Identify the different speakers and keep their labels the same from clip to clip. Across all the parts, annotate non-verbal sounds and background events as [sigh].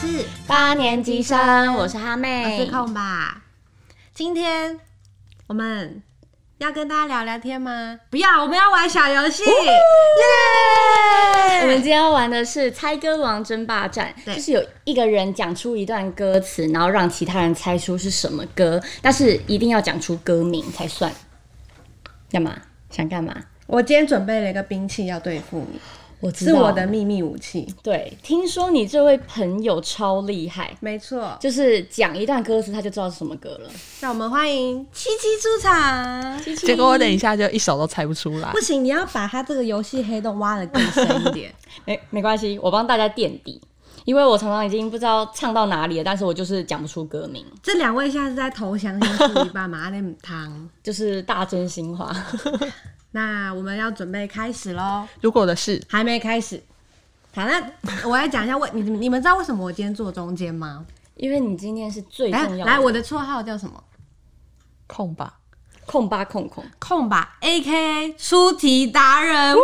Speaker 1: 是
Speaker 2: 八年级生，我是哈
Speaker 1: 我是
Speaker 2: 妹。
Speaker 1: 空吧。今天我们要跟大家聊聊天吗？哦不要，我们要玩小游戏。
Speaker 2: 我们
Speaker 1: 耶！
Speaker 2: 今天要玩的是猜歌王争霸战，
Speaker 1: 对
Speaker 2: 就是有一个人讲出一段歌词，然后让其他人猜出是什么歌，但是一定要讲出歌名才算。干嘛？想干嘛？
Speaker 1: 我今天准备了一个兵器要对付你，
Speaker 2: 我
Speaker 1: 是我的秘密武器。
Speaker 2: 对，听说你这位朋友超厉害，
Speaker 1: 没错，
Speaker 2: 就是讲一段歌词他就知道是什么歌了。
Speaker 1: 让我们欢迎七七出场。
Speaker 3: [laughs] 结果我等一下就一首都猜不出来
Speaker 1: 不。行，你要把他这个游戏黑洞挖的更深一 [laughs] 点。
Speaker 2: 没没关系，我帮大家垫底，因为我常常已经不知道唱到哪里了，但是我就是讲不出歌名，
Speaker 1: 这两位现在是在投降先输一半嘛？那汤。
Speaker 2: 就是大真心话。
Speaker 1: 那我们要准备开始喽。
Speaker 3: 如果的是
Speaker 1: 还没开始。好，那我来讲一下为 [laughs] 你你们知道为什么我今天坐中间吗？
Speaker 2: 因为你今天是最
Speaker 1: 来
Speaker 2: 重要的，
Speaker 1: 来，我的绰号叫什么？
Speaker 3: 空吧，
Speaker 2: 控吧控控，
Speaker 1: 空吧，A K A 出题达人。哇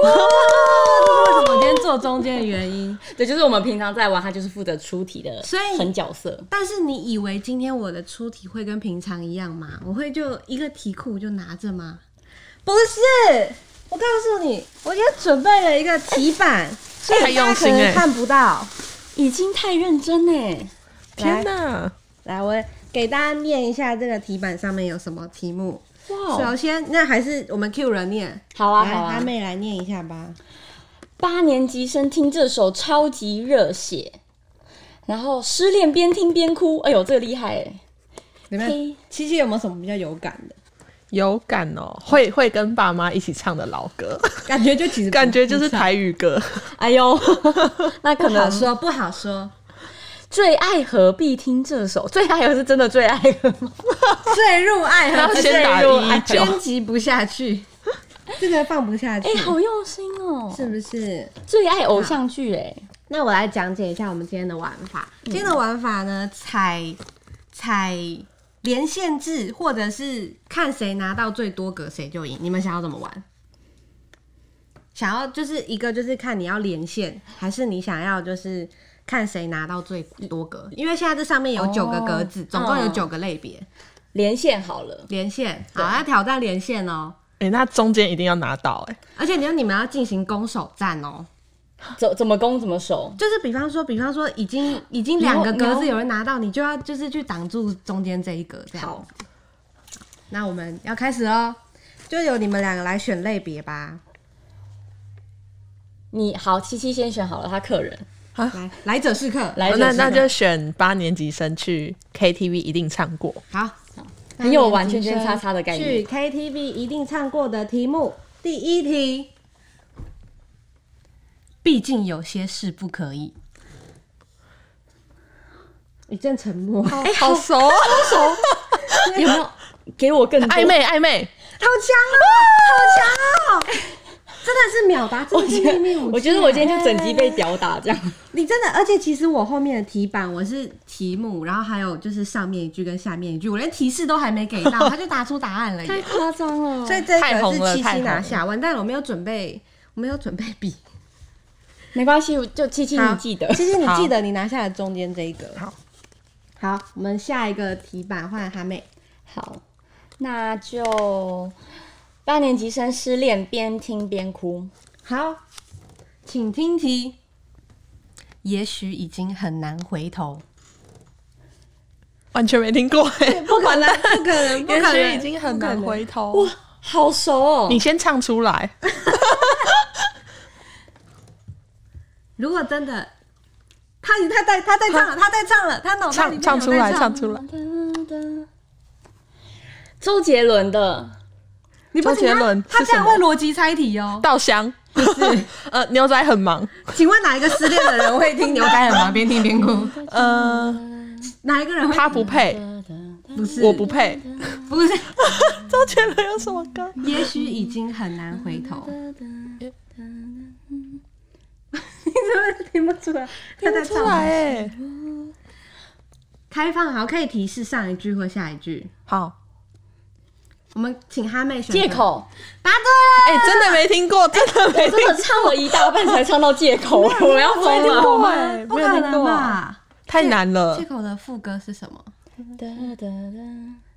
Speaker 1: 这是为什么我今天坐中间的原因。
Speaker 2: 对，就是我们平常在玩，他就是负责出题的
Speaker 1: 所以
Speaker 2: 狠角色。
Speaker 1: 但是你以为今天我的出题会跟平常一样吗？我会就一个题库就拿着吗？不是，我告诉你，我今天准备了一个题 [laughs] 板，所以
Speaker 3: 太用
Speaker 1: 大家可
Speaker 3: 心
Speaker 1: 能
Speaker 3: 欸
Speaker 1: 看不到。
Speaker 2: 已经太认真哎，
Speaker 3: 天哪！
Speaker 1: 来，我给大家念一下这个题板上面有什么题目。
Speaker 2: 哇，哦
Speaker 1: 首先，那还是我们 Q 人念，
Speaker 2: 好啊
Speaker 1: 来，
Speaker 2: 好
Speaker 1: 阿
Speaker 2: 啊，
Speaker 1: 妹来念一下吧。
Speaker 2: 八年级生听这首超级热血，然后失恋边听边哭，哎呦，这个厉害哎。
Speaker 1: 你
Speaker 2: 嘿
Speaker 1: 们七七有没有什么比较有感的 [laughs]
Speaker 3: 有感哦，会会跟爸妈一起唱的老 [laughs] 歌，
Speaker 1: 感觉？就其实
Speaker 3: 感觉就是台语歌。
Speaker 2: 哎呦， [laughs] 那可
Speaker 1: 不好
Speaker 2: 能
Speaker 1: 说，不好说。 [laughs]
Speaker 2: 最爱何必听这首？最爱是真的最爱了吗？
Speaker 1: 坠入爱
Speaker 3: 然后
Speaker 1: 河之
Speaker 3: 先打
Speaker 1: 坠入
Speaker 3: 119
Speaker 1: 爱编辑不下去， [laughs] 这个放不下去
Speaker 2: 哎、，好用心哦、
Speaker 1: 是不是？
Speaker 2: 最爱偶像剧哎、
Speaker 1: 那我来讲解一下我们今天的玩法。今天的玩法呢，踩踩连线制，或者是看谁拿到最多格谁就赢。你们想要怎么玩？想要就是一个就是看你要连线，还是你想要就是看谁拿到最多格？因为现在这上面有九个格子，
Speaker 2: 哦
Speaker 1: 总共有
Speaker 2: 嗯
Speaker 1: 九个类别。
Speaker 2: 连线好了，
Speaker 1: 连线，好，要挑战连线哦。
Speaker 3: [laughs] 哎、那中间一定要拿到哎、
Speaker 1: 而且你要你们要进行攻守战哦，
Speaker 2: 怎怎么攻怎么守。
Speaker 1: 就是比方说，比方说已经已经两个
Speaker 2: 你要
Speaker 1: 格
Speaker 2: 你要
Speaker 1: 子有人拿到，你就要就是去挡住中间这一格这样。
Speaker 2: 好，
Speaker 1: 那我们要开始哦，就由你们两个来选类别吧。
Speaker 2: 你好，七七先选好了，他客人
Speaker 1: 来，来者是客，
Speaker 2: 啊来者
Speaker 3: 那
Speaker 2: 是
Speaker 3: 那
Speaker 2: 客
Speaker 3: 就选八年级生去 KTV 一定唱过。
Speaker 1: 好，
Speaker 2: 很有玩圈圈叉叉的概
Speaker 1: 去
Speaker 2: 念。
Speaker 1: KTV 一定唱过的题目，第一题。毕竟有些事不可以。一阵沉默，好
Speaker 3: 哎、 [laughs] 好熟、哦，
Speaker 2: 有没有 [laughs] 给我更多
Speaker 3: [laughs] 暧？昧暧昧，
Speaker 1: 强哦，好强哦！ [laughs] 真的是秒答，真
Speaker 2: 我
Speaker 1: 的
Speaker 2: 觉
Speaker 1: 是秘密武器
Speaker 2: 得， [laughs] 我觉得我今天就整集被屌打这 [laughs] 样。
Speaker 1: 你真的，而且其实我后面的题板我是题目，然后还有就是上面一句跟下面一句，我连提示都还没给 [laughs] 到，他就答出答案了耶！哦
Speaker 2: 夸张了
Speaker 1: 所以这
Speaker 3: 太
Speaker 1: 个
Speaker 3: 红了
Speaker 1: 是七
Speaker 3: 太
Speaker 1: 七
Speaker 3: 红
Speaker 1: 拿
Speaker 3: 了
Speaker 1: 下，完蛋了，我没有准备，我没有准备笔。
Speaker 2: [laughs] 没关系，我就七七
Speaker 1: 好
Speaker 2: 你记得。
Speaker 1: 七七你
Speaker 3: 好
Speaker 1: 记得你拿下了中间这一个。
Speaker 3: 好，
Speaker 1: 好，我们下一个题板换哈妹，
Speaker 2: 好，那就八年级生失恋，边听边哭。
Speaker 1: 好，请听题。也许已经很难回头，
Speaker 3: 完全没 [laughs] 听过哎、
Speaker 1: 不可能，不可能，不
Speaker 3: 也
Speaker 1: 可
Speaker 3: 许
Speaker 1: 能，
Speaker 3: 已经很难回头。
Speaker 2: 哇，好熟哦！
Speaker 3: 你先唱出来，
Speaker 1: 如果真的，他已经他在他在唱了，他在唱了，他脑袋里面
Speaker 3: 唱唱
Speaker 1: 有
Speaker 3: 出
Speaker 1: 在
Speaker 3: 来，
Speaker 1: 唱
Speaker 3: 唱出来。
Speaker 2: 周杰伦的
Speaker 1: 你不
Speaker 3: 周杰
Speaker 1: 行，
Speaker 3: 伦
Speaker 1: 他他
Speaker 3: 是
Speaker 1: 这样
Speaker 3: 什
Speaker 1: 会
Speaker 3: 么
Speaker 1: 逻辑猜题哦。
Speaker 3: 稻香， [laughs] 呃，牛仔很忙，
Speaker 1: 请问哪一个失恋的人会听
Speaker 3: [laughs]
Speaker 1: 牛仔很忙边听边哭？
Speaker 3: 呃，
Speaker 1: 哪一个人会？
Speaker 3: 他不配，
Speaker 1: 不是，
Speaker 3: 我不，配。
Speaker 1: 不是。
Speaker 3: 周 [laughs] 杰伦有什么歌？
Speaker 1: 也许已经很难回
Speaker 3: [laughs]
Speaker 1: 头。你怎么听不出来？他在
Speaker 3: 出
Speaker 1: 唱
Speaker 3: 来
Speaker 1: 吗。
Speaker 3: 哎、
Speaker 1: 开放好，可以提示上一句或下一句。
Speaker 3: 好，
Speaker 1: 我们请哈妹选择
Speaker 2: 借。口，
Speaker 1: 答对
Speaker 3: 哎、
Speaker 1: 了。
Speaker 3: 真的没听过， [laughs] 真的
Speaker 2: [laughs]
Speaker 3: 没听
Speaker 2: 真的唱了一大半才唱到借口，我要
Speaker 3: 过，
Speaker 2: 疯了！
Speaker 3: 哎，
Speaker 1: 不
Speaker 3: 没有
Speaker 1: 可
Speaker 3: 听
Speaker 1: 能
Speaker 3: 过。
Speaker 1: 吧？
Speaker 3: 太难了
Speaker 1: 借。口的副歌是什么？
Speaker 2: 哒哒哒，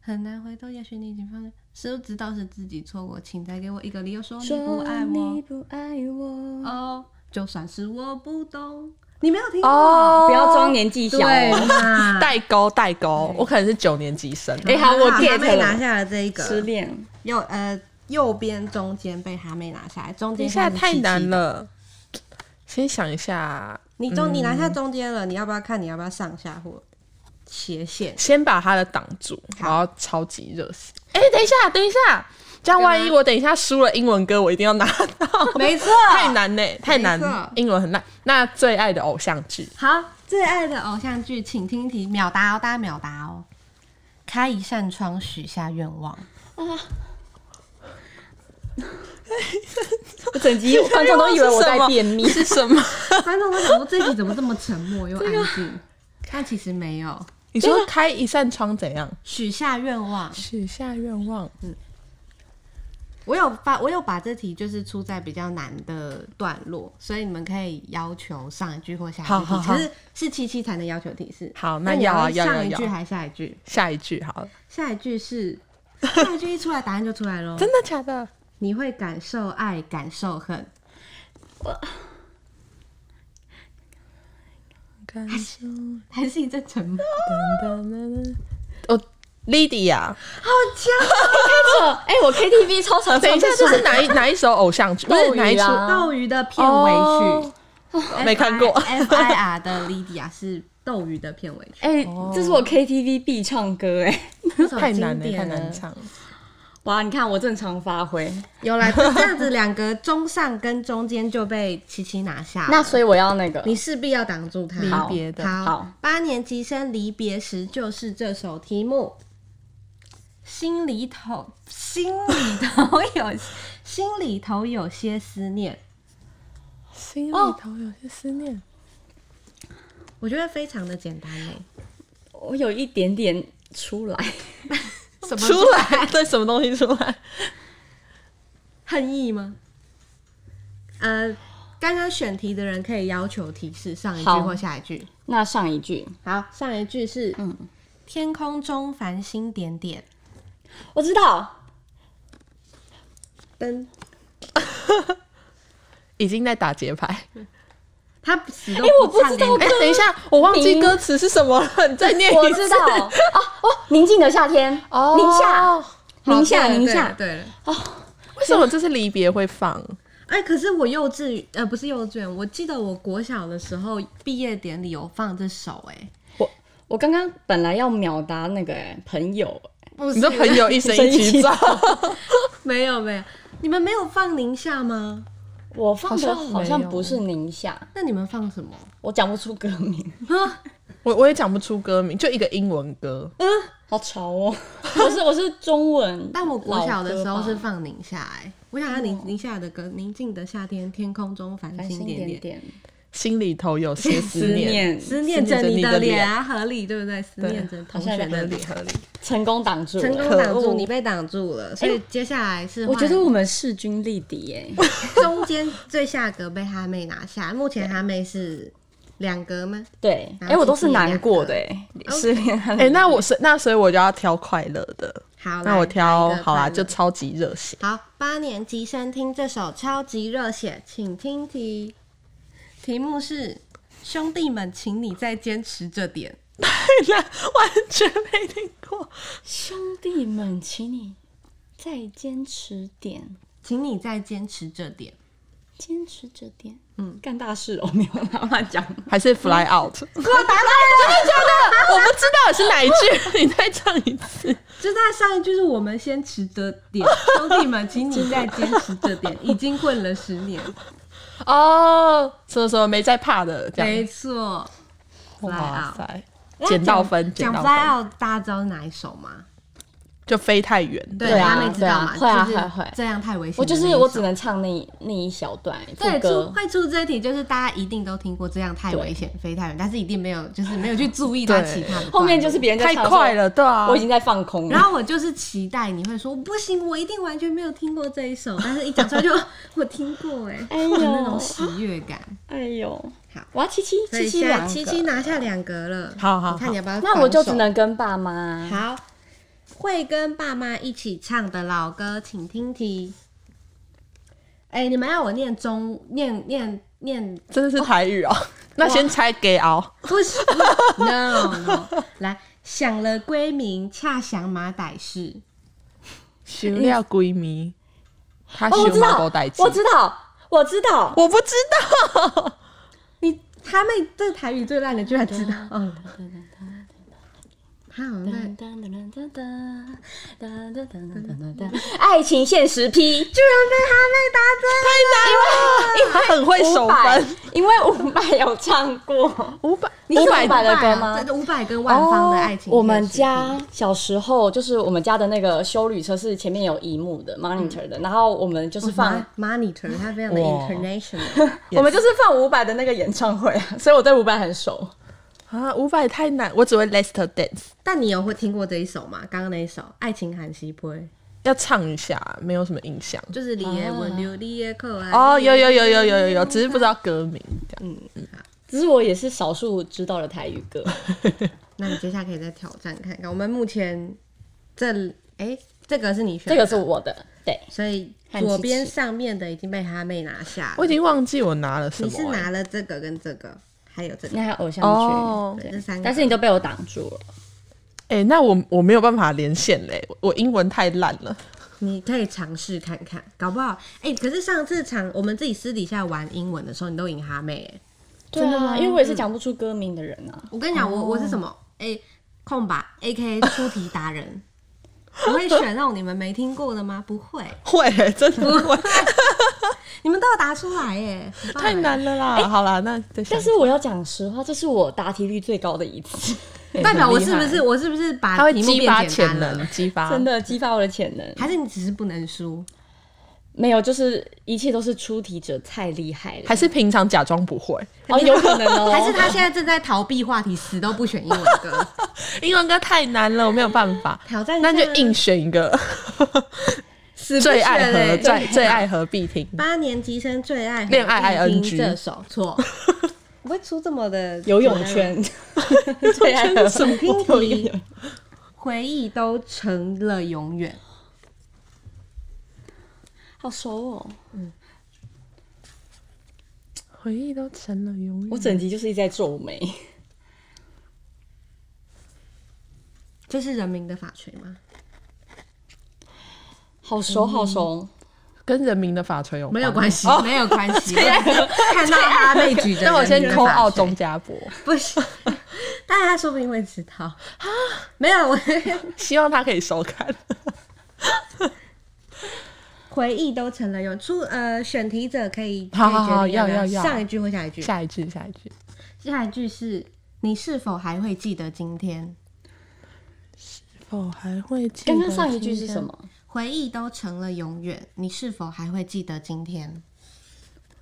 Speaker 1: 很难回头，也许你已经放弃，是不知道是自己错过，请再给我一个理由说你不
Speaker 2: 说
Speaker 1: 爱
Speaker 2: 你
Speaker 1: 我
Speaker 2: 不爱我，
Speaker 1: 哦，就算是我不懂，你没有听过？
Speaker 3: 哦
Speaker 2: 不要装年纪小
Speaker 1: 对
Speaker 2: 哦。
Speaker 1: 嘛？
Speaker 3: 代沟，代沟，我可能是九年级生。
Speaker 2: 哎、好，我
Speaker 1: 哈妹
Speaker 2: get
Speaker 1: 拿
Speaker 2: 了，
Speaker 1: 下了这一
Speaker 2: 失
Speaker 1: 个，
Speaker 2: 恋。
Speaker 1: 右呃右边中间被哈妹拿下来，中
Speaker 3: 等
Speaker 1: 间
Speaker 3: 一下
Speaker 1: 是
Speaker 3: 太
Speaker 1: 七七
Speaker 3: 难。了，先想一下，
Speaker 1: 你中你拿下中间了，你要不要看？你要不要上下或斜线？
Speaker 3: 先把他的挡住，然后超级热死。哎、等一下，等一下，这样万一我等一下输了英文歌，我一定要拿到。
Speaker 1: 没错，
Speaker 3: 太难呢、太难
Speaker 1: 没错，
Speaker 3: 英文很烂。那最爱的偶像剧，
Speaker 1: 好，最爱的偶像剧，请听题，秒答哦，大家秒答哦。开一扇窗，许下愿望。
Speaker 2: 我整集观众都以为我在便秘，
Speaker 3: 是什么？
Speaker 1: 观众都想说这一集怎么这么沉默又安静，但其实没有。
Speaker 3: 你说开一扇窗怎样？
Speaker 1: 许下愿望，
Speaker 3: 许下愿望，
Speaker 1: 我有把我有把这题就是出在比较难的段落，所以你们可以要求上一句或下一
Speaker 3: 好
Speaker 1: 句
Speaker 3: 好
Speaker 1: 提
Speaker 3: 好
Speaker 1: 示，是是七七才能要求提示。
Speaker 3: 好那
Speaker 1: 那你
Speaker 3: 要啊要要
Speaker 1: 上一句
Speaker 3: 要
Speaker 1: 还是下一句？
Speaker 3: 下一句好了。
Speaker 1: 下一句是下一句一出来答案就出
Speaker 3: [laughs]
Speaker 1: 来喽。
Speaker 3: 哦真的假的？
Speaker 1: 你会感受爱，感受恨，
Speaker 3: 感受
Speaker 1: 还是一阵沉
Speaker 3: [laughs]
Speaker 1: 默？
Speaker 3: 哦，Lydia，
Speaker 1: 好强！
Speaker 2: 哎、我 KTV 超常
Speaker 3: 等
Speaker 2: 唱
Speaker 3: 一下
Speaker 2: 这，首
Speaker 3: 这是 [laughs] 哪一哪一首偶像剧？不
Speaker 2: 斗
Speaker 3: 是
Speaker 2: 鱼
Speaker 3: 哪一出？
Speaker 2: 啊
Speaker 1: 斗鱼的片尾曲
Speaker 3: 哦， [laughs] 没看过
Speaker 1: F I R 的 Lydia 是斗鱼的片尾曲，
Speaker 2: 哎、这是我 KTV 必唱歌哎、
Speaker 1: 这首
Speaker 3: 太难
Speaker 1: 经
Speaker 3: 了，
Speaker 1: 典
Speaker 3: 太难唱了。
Speaker 2: 哇，你看我正常发挥，
Speaker 1: 有来这样子，两个中上跟中间就被琪琪拿下了。
Speaker 2: 那所以我要那个，
Speaker 1: 你势必要挡住他。
Speaker 3: 离别的
Speaker 1: 好，
Speaker 2: 好
Speaker 1: 八年级生离别时就是这首题目，心里头心里头有 [laughs] 心里头有些思念，
Speaker 3: 心里头有些思念，
Speaker 1: 我觉得非常的简单欸诶。
Speaker 2: 我有一点点出来，
Speaker 1: 什
Speaker 3: 出来，这什么东西出来？
Speaker 1: 恨意吗？呃，刚刚选题的人可以要求提示上一句
Speaker 2: 好
Speaker 1: 或下一句。
Speaker 2: 那上一句
Speaker 1: 好，上一句是
Speaker 2: 嗯
Speaker 1: 天空中繁星点点，
Speaker 2: 我知道，
Speaker 1: 灯。
Speaker 3: 已经在打节拍。
Speaker 1: 他死都
Speaker 2: 哎我不
Speaker 1: 唱
Speaker 2: 知道
Speaker 1: 给你
Speaker 3: 哎、等一下，我忘记歌词是什么了，你再念一次。
Speaker 2: 我知道， [laughs] 哦哦，宁静的夏天，
Speaker 3: 哦，
Speaker 2: 宁夏，
Speaker 1: 好
Speaker 2: 宁夏，
Speaker 1: 对了
Speaker 2: 宁
Speaker 1: 对了
Speaker 2: 夏，
Speaker 1: 对了。
Speaker 3: 为什么这是离别会放？
Speaker 1: 哎，可是我幼稚呃不是幼稚园，我记得我国小的时候毕业典礼有放这首、哎，
Speaker 2: 我我刚刚本来要秒答那个哎、朋友，
Speaker 1: 不
Speaker 3: 你说朋友一生一起走，
Speaker 1: 没有没有，你们没有放宁夏吗？
Speaker 2: 我放的
Speaker 3: 好像没有
Speaker 2: 好像不是宁夏，
Speaker 1: 那你们放什么？
Speaker 2: 我讲不出歌名，
Speaker 1: 啊，
Speaker 3: [laughs] 我我也讲不出歌名，就一个英文歌。
Speaker 2: 好潮哦！ [laughs] 我是我是中文，
Speaker 1: [laughs] 但我国小的时候是
Speaker 2: 老歌吧
Speaker 1: 放宁夏、哎，我想要宁宁夏的歌，宁静的夏天，天空中繁
Speaker 2: 繁
Speaker 1: 星
Speaker 2: 星
Speaker 1: 点
Speaker 2: 点
Speaker 1: 点，
Speaker 2: 点，
Speaker 3: 心里头有些思
Speaker 2: 思
Speaker 3: 念，
Speaker 2: 念
Speaker 1: 思念着你的脸啊，合理对不对？思
Speaker 3: 对
Speaker 1: 念着同
Speaker 2: 好像
Speaker 1: 学
Speaker 2: 有
Speaker 1: 的
Speaker 3: 合
Speaker 1: 脸
Speaker 3: 理，合理。
Speaker 2: 成功挡住了，
Speaker 1: 成功
Speaker 3: 可
Speaker 1: 挡
Speaker 3: 恶哎
Speaker 1: 住，你被挡住了，所以接下来是
Speaker 2: 我觉
Speaker 1: 换
Speaker 2: 得我们势均力敌
Speaker 1: [laughs]
Speaker 2: 耶，
Speaker 1: 中间最下格被哈妹拿下，目前哈妹是两格吗？
Speaker 2: 对，
Speaker 1: 拿
Speaker 2: 哎、
Speaker 1: 出
Speaker 2: 我都是
Speaker 1: 自己两
Speaker 2: 难过
Speaker 1: 个
Speaker 2: 的哎，失恋和
Speaker 3: 哎、那我是那所以我就要挑快乐的，
Speaker 1: 好，
Speaker 3: 那
Speaker 1: 来
Speaker 3: 我挑
Speaker 1: 来一个
Speaker 3: 好啦，
Speaker 1: 快乐
Speaker 3: 就超级热 [laughs] 血。
Speaker 1: 好。八年级生听这首超级热血，请听题，题目是“兄弟们，请你再坚持这点
Speaker 3: 对啦，完全没听过。
Speaker 2: [laughs] 兄弟们，请你再坚持点，”，
Speaker 1: 请你再坚持这点。
Speaker 2: 坚持这点，
Speaker 1: 嗯
Speaker 2: 嗯，干大事哦，没有啦
Speaker 1: [laughs]
Speaker 2: 乱讲。
Speaker 3: 还是 Fly Out？我答对了，真的假的？我不知道是哪一句，你再唱一次。
Speaker 1: 就在上一句是我们先持这点，兄弟们，请你再坚持这点，已经混了十年，
Speaker 3: 哦，什么什么没在怕的，这
Speaker 1: 没
Speaker 3: 样。
Speaker 1: 错。
Speaker 3: 哇
Speaker 1: Fly Out
Speaker 3: 塞，捡到分，捡
Speaker 1: 讲
Speaker 3: 到
Speaker 1: fly
Speaker 3: 分，
Speaker 1: out，大家知道是哪一首吗？
Speaker 3: 就飞太远。
Speaker 1: 对，
Speaker 2: 对啊
Speaker 1: 他们知道嘛，
Speaker 2: 对啊
Speaker 1: 就
Speaker 2: 会啊会
Speaker 1: 是
Speaker 2: 会
Speaker 1: 这样太危险
Speaker 2: 我
Speaker 1: 的那
Speaker 2: 就
Speaker 1: 一首。
Speaker 2: 是我只能唱那一那一小段副
Speaker 1: 对出
Speaker 2: 歌，
Speaker 1: 会出这题，就是大家一定都听过这样太危险，飞太远，但是一定没有就是没有去注意它
Speaker 3: 对
Speaker 1: 其他的段落。
Speaker 2: 后面就是别人在
Speaker 3: 太
Speaker 2: 唱的时候
Speaker 3: 快，了，对啊
Speaker 2: 我已。经在放空了。
Speaker 1: 然后我就是期待你会说不行，我一定完全没有听过这
Speaker 2: [laughs]
Speaker 1: 一首，但是一讲出来就我听过哎、
Speaker 2: 哎呦
Speaker 1: 有那种喜悦感。
Speaker 2: 哎呦，
Speaker 1: 好，票。
Speaker 2: 我要七七
Speaker 1: 所以
Speaker 2: 七七
Speaker 1: 现在
Speaker 2: 两
Speaker 1: 七
Speaker 2: 个
Speaker 1: 七拿下两格了，
Speaker 3: 好好
Speaker 1: 你看
Speaker 3: 好
Speaker 1: 你要不要？
Speaker 2: 那我就只能跟爸妈。
Speaker 1: 好，会跟爸妈一起唱的老歌，请听题。哎、你们要我念中念念念？
Speaker 3: 真的是台语哦。那先猜给熬，
Speaker 1: 不是 [laughs] ，no no，来，想了闺名，恰想马歹事。
Speaker 3: 修料闺蜜，他
Speaker 2: 哦，我知道，我知道，我知道，
Speaker 3: [laughs] 我不知道，
Speaker 1: 你他妹这台语最烂的，居然知道。哦
Speaker 2: 啊
Speaker 1: 他好像在，
Speaker 2: 嗯爱情限时批
Speaker 1: 居然被他妹答中。
Speaker 3: 他很会
Speaker 2: 五
Speaker 3: 手
Speaker 2: 百
Speaker 3: 分，，
Speaker 2: 因为伍佰有唱过。
Speaker 3: 五百
Speaker 2: 是
Speaker 3: 五百
Speaker 2: 伍佰的歌吗
Speaker 1: 啊，这五百跟万芳的爱情、
Speaker 2: 哦我们家小时候就是我们家的那个修旅车是前面有荧幕
Speaker 1: 嗯
Speaker 2: 的 monitor 的，然后我们就是放、
Speaker 1: 放 monitor，他非常的
Speaker 3: 哇
Speaker 1: international。
Speaker 2: 我们就是放伍佰的那个演唱会啊，所以我对伍佰很熟。
Speaker 3: 啊，五百太难，我只会 Last Dance，
Speaker 1: 但你有会听过这一首吗？刚刚那一首《爱情韩西坡》，
Speaker 3: 要唱一下，没有什么印象。
Speaker 1: 就是李耶文、刘丽耶扣啊。
Speaker 3: 哦，有有有有有有有，只是不知道歌名这样。
Speaker 2: 只是我也是少数知道的台语歌，
Speaker 1: 那你接下来可以再挑战看看。我们目前这哎、这个是你选
Speaker 2: 这
Speaker 1: 的，
Speaker 2: 个是我的，对，
Speaker 1: 所以
Speaker 2: 和
Speaker 1: 左
Speaker 2: 琪
Speaker 1: 边
Speaker 2: 琪
Speaker 1: 上面的已经被哈妹拿下了。
Speaker 3: 我已经忘记我拿了什
Speaker 1: 你
Speaker 3: 么
Speaker 1: 是
Speaker 3: 欸、
Speaker 1: 拿了这个跟这个，还有这个，
Speaker 2: 那还有偶像剧，
Speaker 3: 哦
Speaker 2: 对
Speaker 1: 这三个
Speaker 2: 但是你都被我挡住了。
Speaker 3: 哎、那我我没有办法连线嘞，我我英文太烂了。
Speaker 1: 你可以尝试看看，搞不好哎、可是上次尝我们自己私底下玩英文的时候，你都赢哈妹哎、
Speaker 2: 对啊，因为我也是讲不出歌名的人啊。
Speaker 1: 我跟你讲，我我是什么哎、空吧 A K 出题达人， [laughs] 我会选那种你们没听过的吗？不会，
Speaker 3: 会、真的会，
Speaker 1: 你们都有答出来耶、很棒
Speaker 3: 太难了啦。好啦，那再想
Speaker 2: 但是我要讲实话，这是我答题率最高的一次，
Speaker 1: 哎， [laughs] 代表我是不是我是不是
Speaker 3: 它
Speaker 1: 把
Speaker 3: 会
Speaker 1: 题目
Speaker 3: 激
Speaker 1: 变
Speaker 3: 发
Speaker 1: 简
Speaker 3: 潜
Speaker 1: 单了
Speaker 3: 能？，激
Speaker 2: [laughs]
Speaker 3: 发
Speaker 2: 真的激发我的潜能。
Speaker 1: 还是你只是不能输？
Speaker 2: 没有，就是一切都是出题者太厉害了，
Speaker 3: 还是平常假装不会。
Speaker 2: 哦，有可能哦，
Speaker 1: [laughs] 还是他现在正在逃避话题，死都不选英文
Speaker 3: [laughs]
Speaker 1: 歌？
Speaker 3: 英文歌太难了，我没有办法。
Speaker 1: 挑战一下
Speaker 3: 那就硬选一个
Speaker 1: 死不
Speaker 3: 最爱
Speaker 1: 选欸
Speaker 3: 和最最爱和必听。
Speaker 1: 八年级生最爱
Speaker 3: 恋爱 ING
Speaker 1: 这首错，
Speaker 3: [laughs]
Speaker 1: 不会出这么的
Speaker 2: 游泳。
Speaker 1: [laughs]
Speaker 2: 圈，
Speaker 3: [laughs]
Speaker 2: 啊最
Speaker 1: 啊
Speaker 2: [laughs] 爱的
Speaker 1: 请听
Speaker 2: 游泳
Speaker 1: 题
Speaker 2: 圈，
Speaker 1: 回忆都成了永远。
Speaker 2: 好熟哦。
Speaker 3: 回忆都成了永
Speaker 2: 我
Speaker 3: 远。
Speaker 2: 整集就是一直在皱眉，
Speaker 1: 这是人民的法锤吗？
Speaker 2: 好熟好熟。
Speaker 3: 跟人民的法锤有关
Speaker 1: 没有关系，没有关
Speaker 3: [laughs]
Speaker 1: 系。看到他被 [laughs] 举着，
Speaker 3: 哦啊那我先
Speaker 1: 扣
Speaker 3: 扣澳中，家博，
Speaker 1: 不是，但他说不定会知道
Speaker 3: [gasps]
Speaker 1: 啊。没有，我 [laughs]
Speaker 3: 希望他可以收看。
Speaker 1: 回忆都成了永远出呃，选题者可以
Speaker 3: 好好好
Speaker 1: 可以决定不
Speaker 3: 要要要
Speaker 1: 上一句或下一句，
Speaker 3: [laughs] 下一句，下一句，
Speaker 1: 下一句是你是否还会记得今天？
Speaker 3: 否还会记得
Speaker 2: 刚嗯刚上一句是什么？
Speaker 1: 回忆都成了永远，你是否还会记得今天？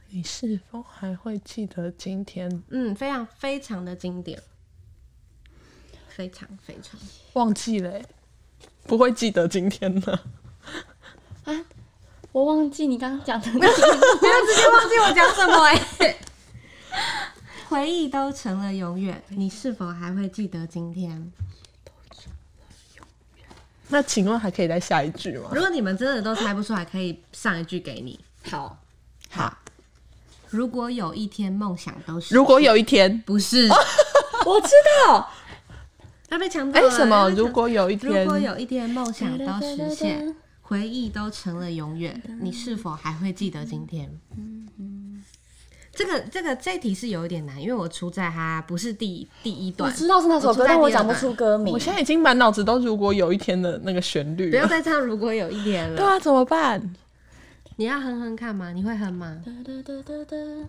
Speaker 3: 你是否还会记得今天？
Speaker 1: 嗯，非常非常的经典，非常非常。
Speaker 3: 忘记了欸、不会记得今天了。
Speaker 2: 我忘记你刚刚讲的 [laughs] 那
Speaker 1: [laughs] 不要直接忘记我讲什么哎、回忆都成了永远，你是否还会记得今天？
Speaker 3: 那请问还可以再下一句吗？
Speaker 1: 如果你们真的都猜不出来，可以上一句给你。
Speaker 2: 个。好，
Speaker 1: 好，如果有一天梦想都是，
Speaker 3: 如果有一天，
Speaker 1: 不是，
Speaker 2: 我知 [laughs] 道。
Speaker 1: 要被抢走
Speaker 3: 哎、
Speaker 1: 了。
Speaker 3: 什么？
Speaker 1: 要被抢
Speaker 3: 如果有一
Speaker 1: 如
Speaker 3: 天，
Speaker 1: 果有一天梦想都实现，回忆都成了永远，
Speaker 2: 嗯
Speaker 1: 你是否还会记得今天？这个这个这一题是有一点难，因为我出在它不是第第一
Speaker 2: 我
Speaker 1: 段，
Speaker 2: 知道是那首歌，
Speaker 1: 我出在
Speaker 2: 但我
Speaker 1: 第二
Speaker 2: 讲
Speaker 1: 版
Speaker 2: 不出歌名
Speaker 3: 我。现在已经满脑子都如果有一天的那个旋律
Speaker 1: 不要
Speaker 3: 了。
Speaker 1: 再唱。如果有一天
Speaker 3: 对
Speaker 1: 了，
Speaker 3: 啊，怎么办？
Speaker 1: 你要哼哼看吗？你会哼吗？
Speaker 2: 嗯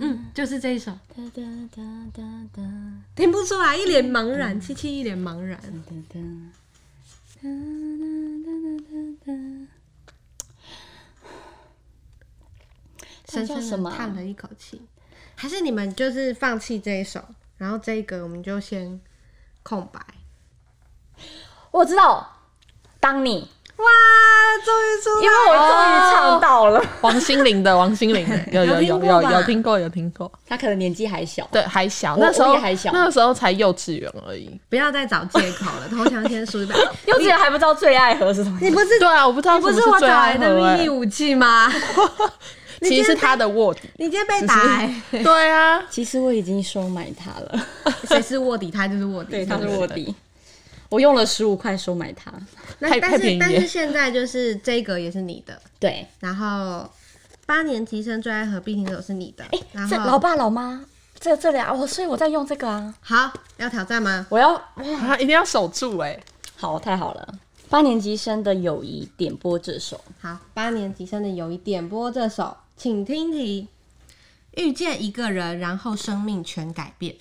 Speaker 1: 嗯，就是这一首，
Speaker 2: 嗯。
Speaker 1: 听不出来，一脸茫然，七七一脸茫然。
Speaker 2: 这
Speaker 1: 深
Speaker 2: 叫
Speaker 1: 深
Speaker 2: 什么
Speaker 1: 的
Speaker 2: 啊
Speaker 1: 叹了一口气。还是你们就是放弃这一首，然后这一个我们就先空白。
Speaker 2: 我知道，当你，
Speaker 1: 哇，终于出来了！
Speaker 2: 因为我终于唱到了。
Speaker 3: 王心凌的，王心凌 [laughs] 的，有有
Speaker 1: 有听
Speaker 3: 有
Speaker 1: 过
Speaker 3: 有
Speaker 1: 吧
Speaker 3: 有听过，有听过。
Speaker 2: 他可能年纪还小，
Speaker 3: 对，还小，
Speaker 2: 我
Speaker 3: 那时
Speaker 2: 我
Speaker 3: 候
Speaker 2: 也还小
Speaker 3: 那时候才幼稚园而已。
Speaker 1: 不要再找借口了，投降先输一半。
Speaker 2: 幼稚园还不知道最爱喝是什么。
Speaker 1: 你不是
Speaker 3: 对啊，我不知道
Speaker 1: 你不
Speaker 3: 什么
Speaker 1: 是我
Speaker 3: 最
Speaker 1: 找
Speaker 3: 爱
Speaker 1: 来
Speaker 3: 喝
Speaker 1: 的秘密
Speaker 3: 欸，
Speaker 1: 武器吗？你
Speaker 3: [laughs] 其
Speaker 1: 今
Speaker 3: 实是
Speaker 1: 天
Speaker 3: 他的卧底。
Speaker 1: 你今天被打、欸，
Speaker 3: 对啊， [laughs]
Speaker 2: 其实我已经收买他了，
Speaker 1: 谁是卧底，他就是卧底。
Speaker 2: 对，
Speaker 1: 这样
Speaker 2: 他
Speaker 1: 子
Speaker 2: 是卧底。我用了十五块收买他，
Speaker 1: 那
Speaker 3: 太
Speaker 1: 但
Speaker 3: 太
Speaker 1: 是
Speaker 3: 便宜
Speaker 1: 但是
Speaker 3: 了
Speaker 1: 现在就是这一格也是你的，
Speaker 2: 对，
Speaker 1: 然后八年级生最爱和必听手是你的，
Speaker 2: 哎、
Speaker 1: 然
Speaker 2: 这老
Speaker 1: 后
Speaker 2: 爸老妈，这这俩我，所以我在用这个啊。
Speaker 1: 好要挑战吗？
Speaker 2: 我要
Speaker 3: 他啊一定要守住哎、
Speaker 2: 好，太好了！八年级生的友谊点播这首，
Speaker 1: 好，八年级生的友谊点播这首，请听题：遇见一个人，然后生命全改变，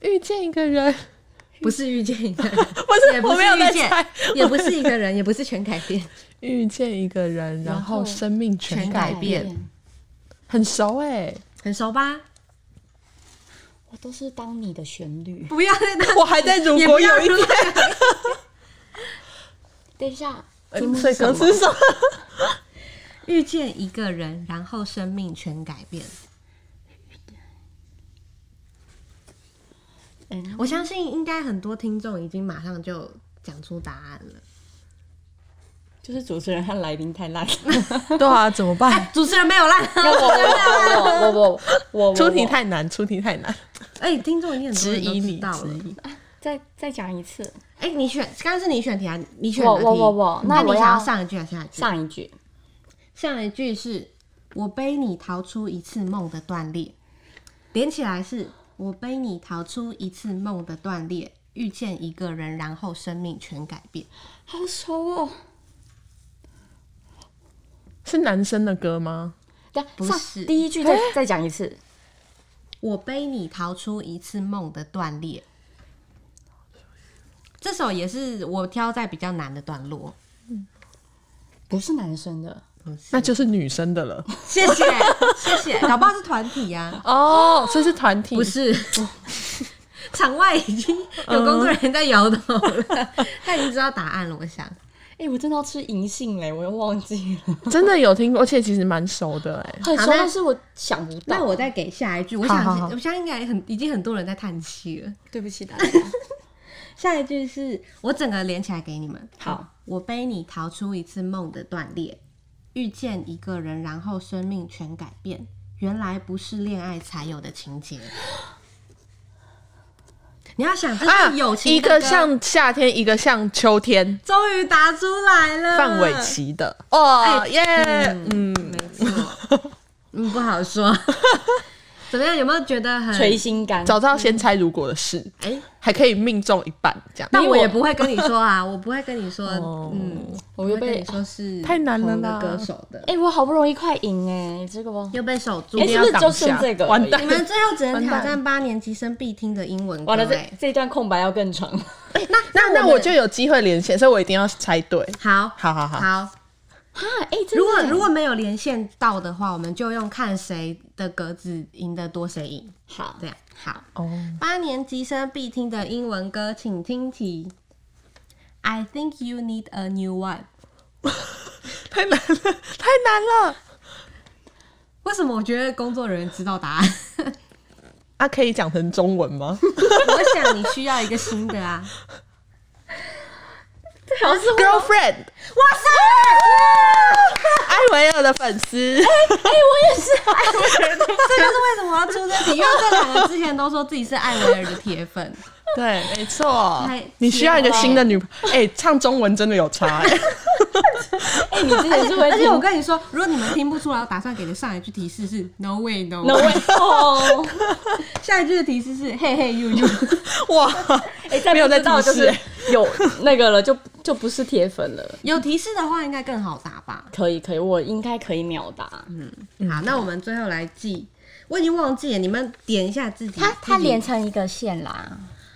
Speaker 3: 遇见一个人，
Speaker 1: [laughs] 不是遇见一个人，
Speaker 3: [laughs] 不是
Speaker 1: [laughs] 也
Speaker 3: 我
Speaker 1: 不是
Speaker 3: 没有
Speaker 1: 遇
Speaker 3: 在
Speaker 1: 见
Speaker 3: 猜，
Speaker 1: [laughs] 也不是一个人，也不是全改变，
Speaker 3: 遇见一个人，然后生命全
Speaker 1: 全
Speaker 3: 改
Speaker 1: 改
Speaker 3: 变，
Speaker 1: 变
Speaker 3: 很熟哎、
Speaker 1: 很熟吧？
Speaker 2: 我都是当你的旋律。
Speaker 1: 不要再当
Speaker 3: [laughs]
Speaker 1: [laughs]
Speaker 3: 我还在如
Speaker 1: 也
Speaker 3: 果
Speaker 1: 不
Speaker 3: 有
Speaker 1: 要
Speaker 3: 一天， [laughs]
Speaker 2: 等一下，
Speaker 3: 呃
Speaker 2: 题目
Speaker 3: 所
Speaker 2: 是
Speaker 3: 以
Speaker 2: 什
Speaker 3: 歌
Speaker 2: 么？哎
Speaker 3: 词是什么？
Speaker 1: 遇见一个人，然后生命全改变。
Speaker 2: 嗯
Speaker 1: 我相信应该很多听众已经马上就讲出答案了。
Speaker 2: 就是主持人和来宾太 [laughs] 烂了。
Speaker 3: 对啊，怎么办？
Speaker 1: 哎主持人没有烂，哦
Speaker 2: 我我我我我我我
Speaker 3: [laughs] 出题太难，出题太难，
Speaker 1: 哎、听众已经很多
Speaker 3: 质
Speaker 1: 人都
Speaker 3: 疑
Speaker 1: 知
Speaker 3: 你，
Speaker 1: 道
Speaker 3: 质
Speaker 1: 了。
Speaker 3: 疑。
Speaker 2: 再再讲一次
Speaker 1: 哎、你选，刚刚是你选题啊？你选
Speaker 2: 我
Speaker 1: 的题
Speaker 2: 我我我
Speaker 1: 那
Speaker 2: 那
Speaker 1: 你
Speaker 2: 我
Speaker 1: 想要
Speaker 2: 要
Speaker 1: 上一句还是下一句？
Speaker 2: 上一句。
Speaker 1: 上一句是“我背你逃出一次梦的断裂”，连起来是“我背你逃出一次梦的断裂”，遇见一个人，然后生命全改变。
Speaker 2: 好熟哦！
Speaker 3: 是男生的歌吗？
Speaker 2: 对，
Speaker 1: 不
Speaker 2: 上
Speaker 1: 是
Speaker 2: 第一句再再讲一次。
Speaker 1: 我背你逃出一次梦的断裂。这首也是我挑在比较难的段落，嗯
Speaker 2: 不是男生的，
Speaker 3: 那就是女生的了。
Speaker 1: 谢谢谢谢，搞不好是团体啊呀、
Speaker 3: 哦，这是团体，
Speaker 1: 不是。场外已经有工作人员在摇头了， [laughs] 他已经知道答案了。我想，
Speaker 2: 哎、我真的要吃银杏嘞，我又忘记了。
Speaker 3: 真的有听过，而且其实蛮熟的哎、
Speaker 2: 很熟，
Speaker 1: 那
Speaker 2: 但是我想不到。
Speaker 1: 那我再给下一句。我
Speaker 3: 好
Speaker 1: 想是，
Speaker 3: 好好
Speaker 1: 我相信应该很已经很多人在叹气了。
Speaker 2: 对不起大 [laughs] 家。
Speaker 1: 下一句是我整个连起来给你们。
Speaker 2: 好，
Speaker 1: 我背你逃出一次梦的断裂，遇见一个人，然后生命全改变。原来不是恋爱才有的情 [gasps] 节。你要想，这
Speaker 3: 啊
Speaker 1: 是友，情、
Speaker 3: 一个。像夏天，一个像秋天，
Speaker 1: 终于答出来了，
Speaker 3: 范玮。琪的哦
Speaker 1: 哎
Speaker 3: 耶，嗯，
Speaker 1: 没错，嗯，不好 [laughs] 说。怎么样？有没有觉得很？
Speaker 2: 捶心肝。
Speaker 3: 早知道先猜如果的事，
Speaker 1: 哎、
Speaker 3: 还可以命中一半这样。
Speaker 1: 但我也不会跟你说啊， [laughs] 我不会跟你说，
Speaker 3: 哦
Speaker 1: 嗯，
Speaker 2: 我又
Speaker 1: 不会跟
Speaker 2: 被
Speaker 1: 你说是
Speaker 3: 太难了
Speaker 1: 同个
Speaker 3: 啦
Speaker 1: 歌手的，
Speaker 2: 哎、我好不容易快赢哎、这个吗？
Speaker 1: 又被守住。
Speaker 2: 哎、
Speaker 3: 定
Speaker 2: 是
Speaker 3: 要
Speaker 2: 不是就
Speaker 3: 挡
Speaker 2: 剩
Speaker 3: 下
Speaker 2: 这个而已？
Speaker 3: 完蛋
Speaker 1: 你们最后只能挑战八年级生必听的英文歌、
Speaker 2: 完了，
Speaker 1: 哎
Speaker 2: 这这一段空白要更长。
Speaker 1: 那
Speaker 3: 那那
Speaker 1: 们
Speaker 3: 我就有机会连线，所以我一定要猜对。
Speaker 1: 好
Speaker 3: 好好好，
Speaker 1: 好。
Speaker 2: 哈，哎、真的
Speaker 1: 如果
Speaker 2: 耶
Speaker 1: 如果没有连线到的话，我们就用看谁的格子赢得多，谁赢。
Speaker 2: 好
Speaker 1: 这，样好。
Speaker 3: 哦，
Speaker 1: 八年级生必听的英文歌，请听题。I think you need a new one。
Speaker 3: 太难了，太难了。
Speaker 1: 为什么我觉得工作人员知道答
Speaker 2: [laughs]
Speaker 1: 案？
Speaker 3: 啊，可以讲成中文 [laughs] 吗？
Speaker 1: 我想你需要一个新的啊。
Speaker 2: 老师，
Speaker 3: Girlfriend，
Speaker 1: 哇塞！
Speaker 3: 艾维尔的粉丝，
Speaker 2: 哎、我也是、
Speaker 1: 这就是为什么要出这题，因为这两个之前都说自己是艾薇儿的铁粉。
Speaker 3: 对，没错
Speaker 1: 太
Speaker 3: 你需要一个新的女朋友。哎，唱中文真的有差哎。
Speaker 2: 哎、你之前是会
Speaker 1: 而且
Speaker 2: 听
Speaker 1: 我跟你说，如果你们听不出来，我打算给你上一句提示是 No way No
Speaker 2: No
Speaker 1: way，
Speaker 2: way哦， [laughs]
Speaker 1: 下一句的提示是 Hey Hey You You。
Speaker 3: 哇，
Speaker 2: 哎、再
Speaker 3: 没有
Speaker 2: 不知
Speaker 3: 在
Speaker 2: 道
Speaker 3: 提
Speaker 2: 就
Speaker 3: 示
Speaker 2: 是 [laughs] 有那个了，就就不是铁粉了。
Speaker 1: 有提示的话，应该更好答吧？
Speaker 2: 可以可以，我应该可以秒答。
Speaker 1: 好，那我们最后来记，我已经忘记了，你们点一下自己。
Speaker 2: 他他
Speaker 1: 自己
Speaker 2: 连成一个线啦，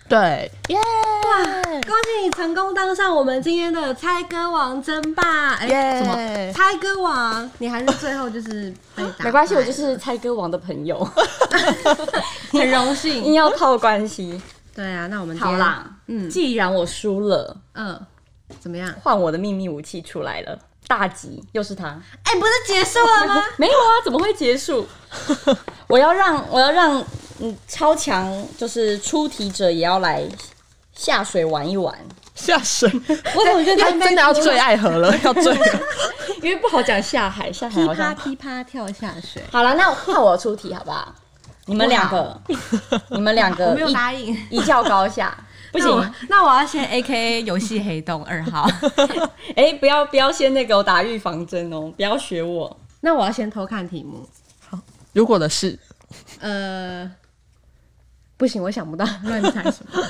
Speaker 3: 对，
Speaker 2: 耶、哎
Speaker 1: 恭喜你成功当上我们今天的猜歌王争霸！哎、什
Speaker 3: 耶
Speaker 1: 么猜歌王？你还是最后就是被打败，
Speaker 2: 没关系，我就是猜歌王的朋 [laughs] 友，
Speaker 1: 很荣
Speaker 2: 硬 [laughs]
Speaker 1: 幸。
Speaker 2: 要套关系。
Speaker 1: 对啊，那我们今
Speaker 2: 好
Speaker 1: 天，
Speaker 2: 啦，
Speaker 1: 嗯
Speaker 2: 既然我输了，
Speaker 1: 嗯、怎么样？
Speaker 2: 换我的秘密武器出来了。大吉，又是他。
Speaker 1: 哎、不是结束了吗？
Speaker 2: 没有啊，怎么会结束？ [laughs] 我要让我要让嗯超强就是出题者也要来下水玩一玩。
Speaker 3: 下水，
Speaker 2: 我总觉得
Speaker 3: 他真的要最爱河了，要最
Speaker 2: 因为不好讲下海，下海
Speaker 1: 噼
Speaker 2: [laughs] 好
Speaker 1: 啪
Speaker 2: 像
Speaker 1: 噼啪跳下水，
Speaker 2: 好了，那换我出题好不好？你们两个，你们两 [laughs]
Speaker 1: 我
Speaker 2: 个
Speaker 1: 没有
Speaker 2: 呃一
Speaker 1: 答应。
Speaker 2: 一较高 [laughs] 下，不
Speaker 1: 那
Speaker 2: 行，
Speaker 1: 我，那我要先 A K A 游戏黑洞二
Speaker 2: [laughs]
Speaker 1: 号。
Speaker 2: 哎、不要不要先那个我打预防针哦，不要学我。
Speaker 1: 那我要先偷看题目。
Speaker 3: 如果的事，
Speaker 1: 呃，不行，我想不到乱猜什
Speaker 2: [laughs]
Speaker 1: 么。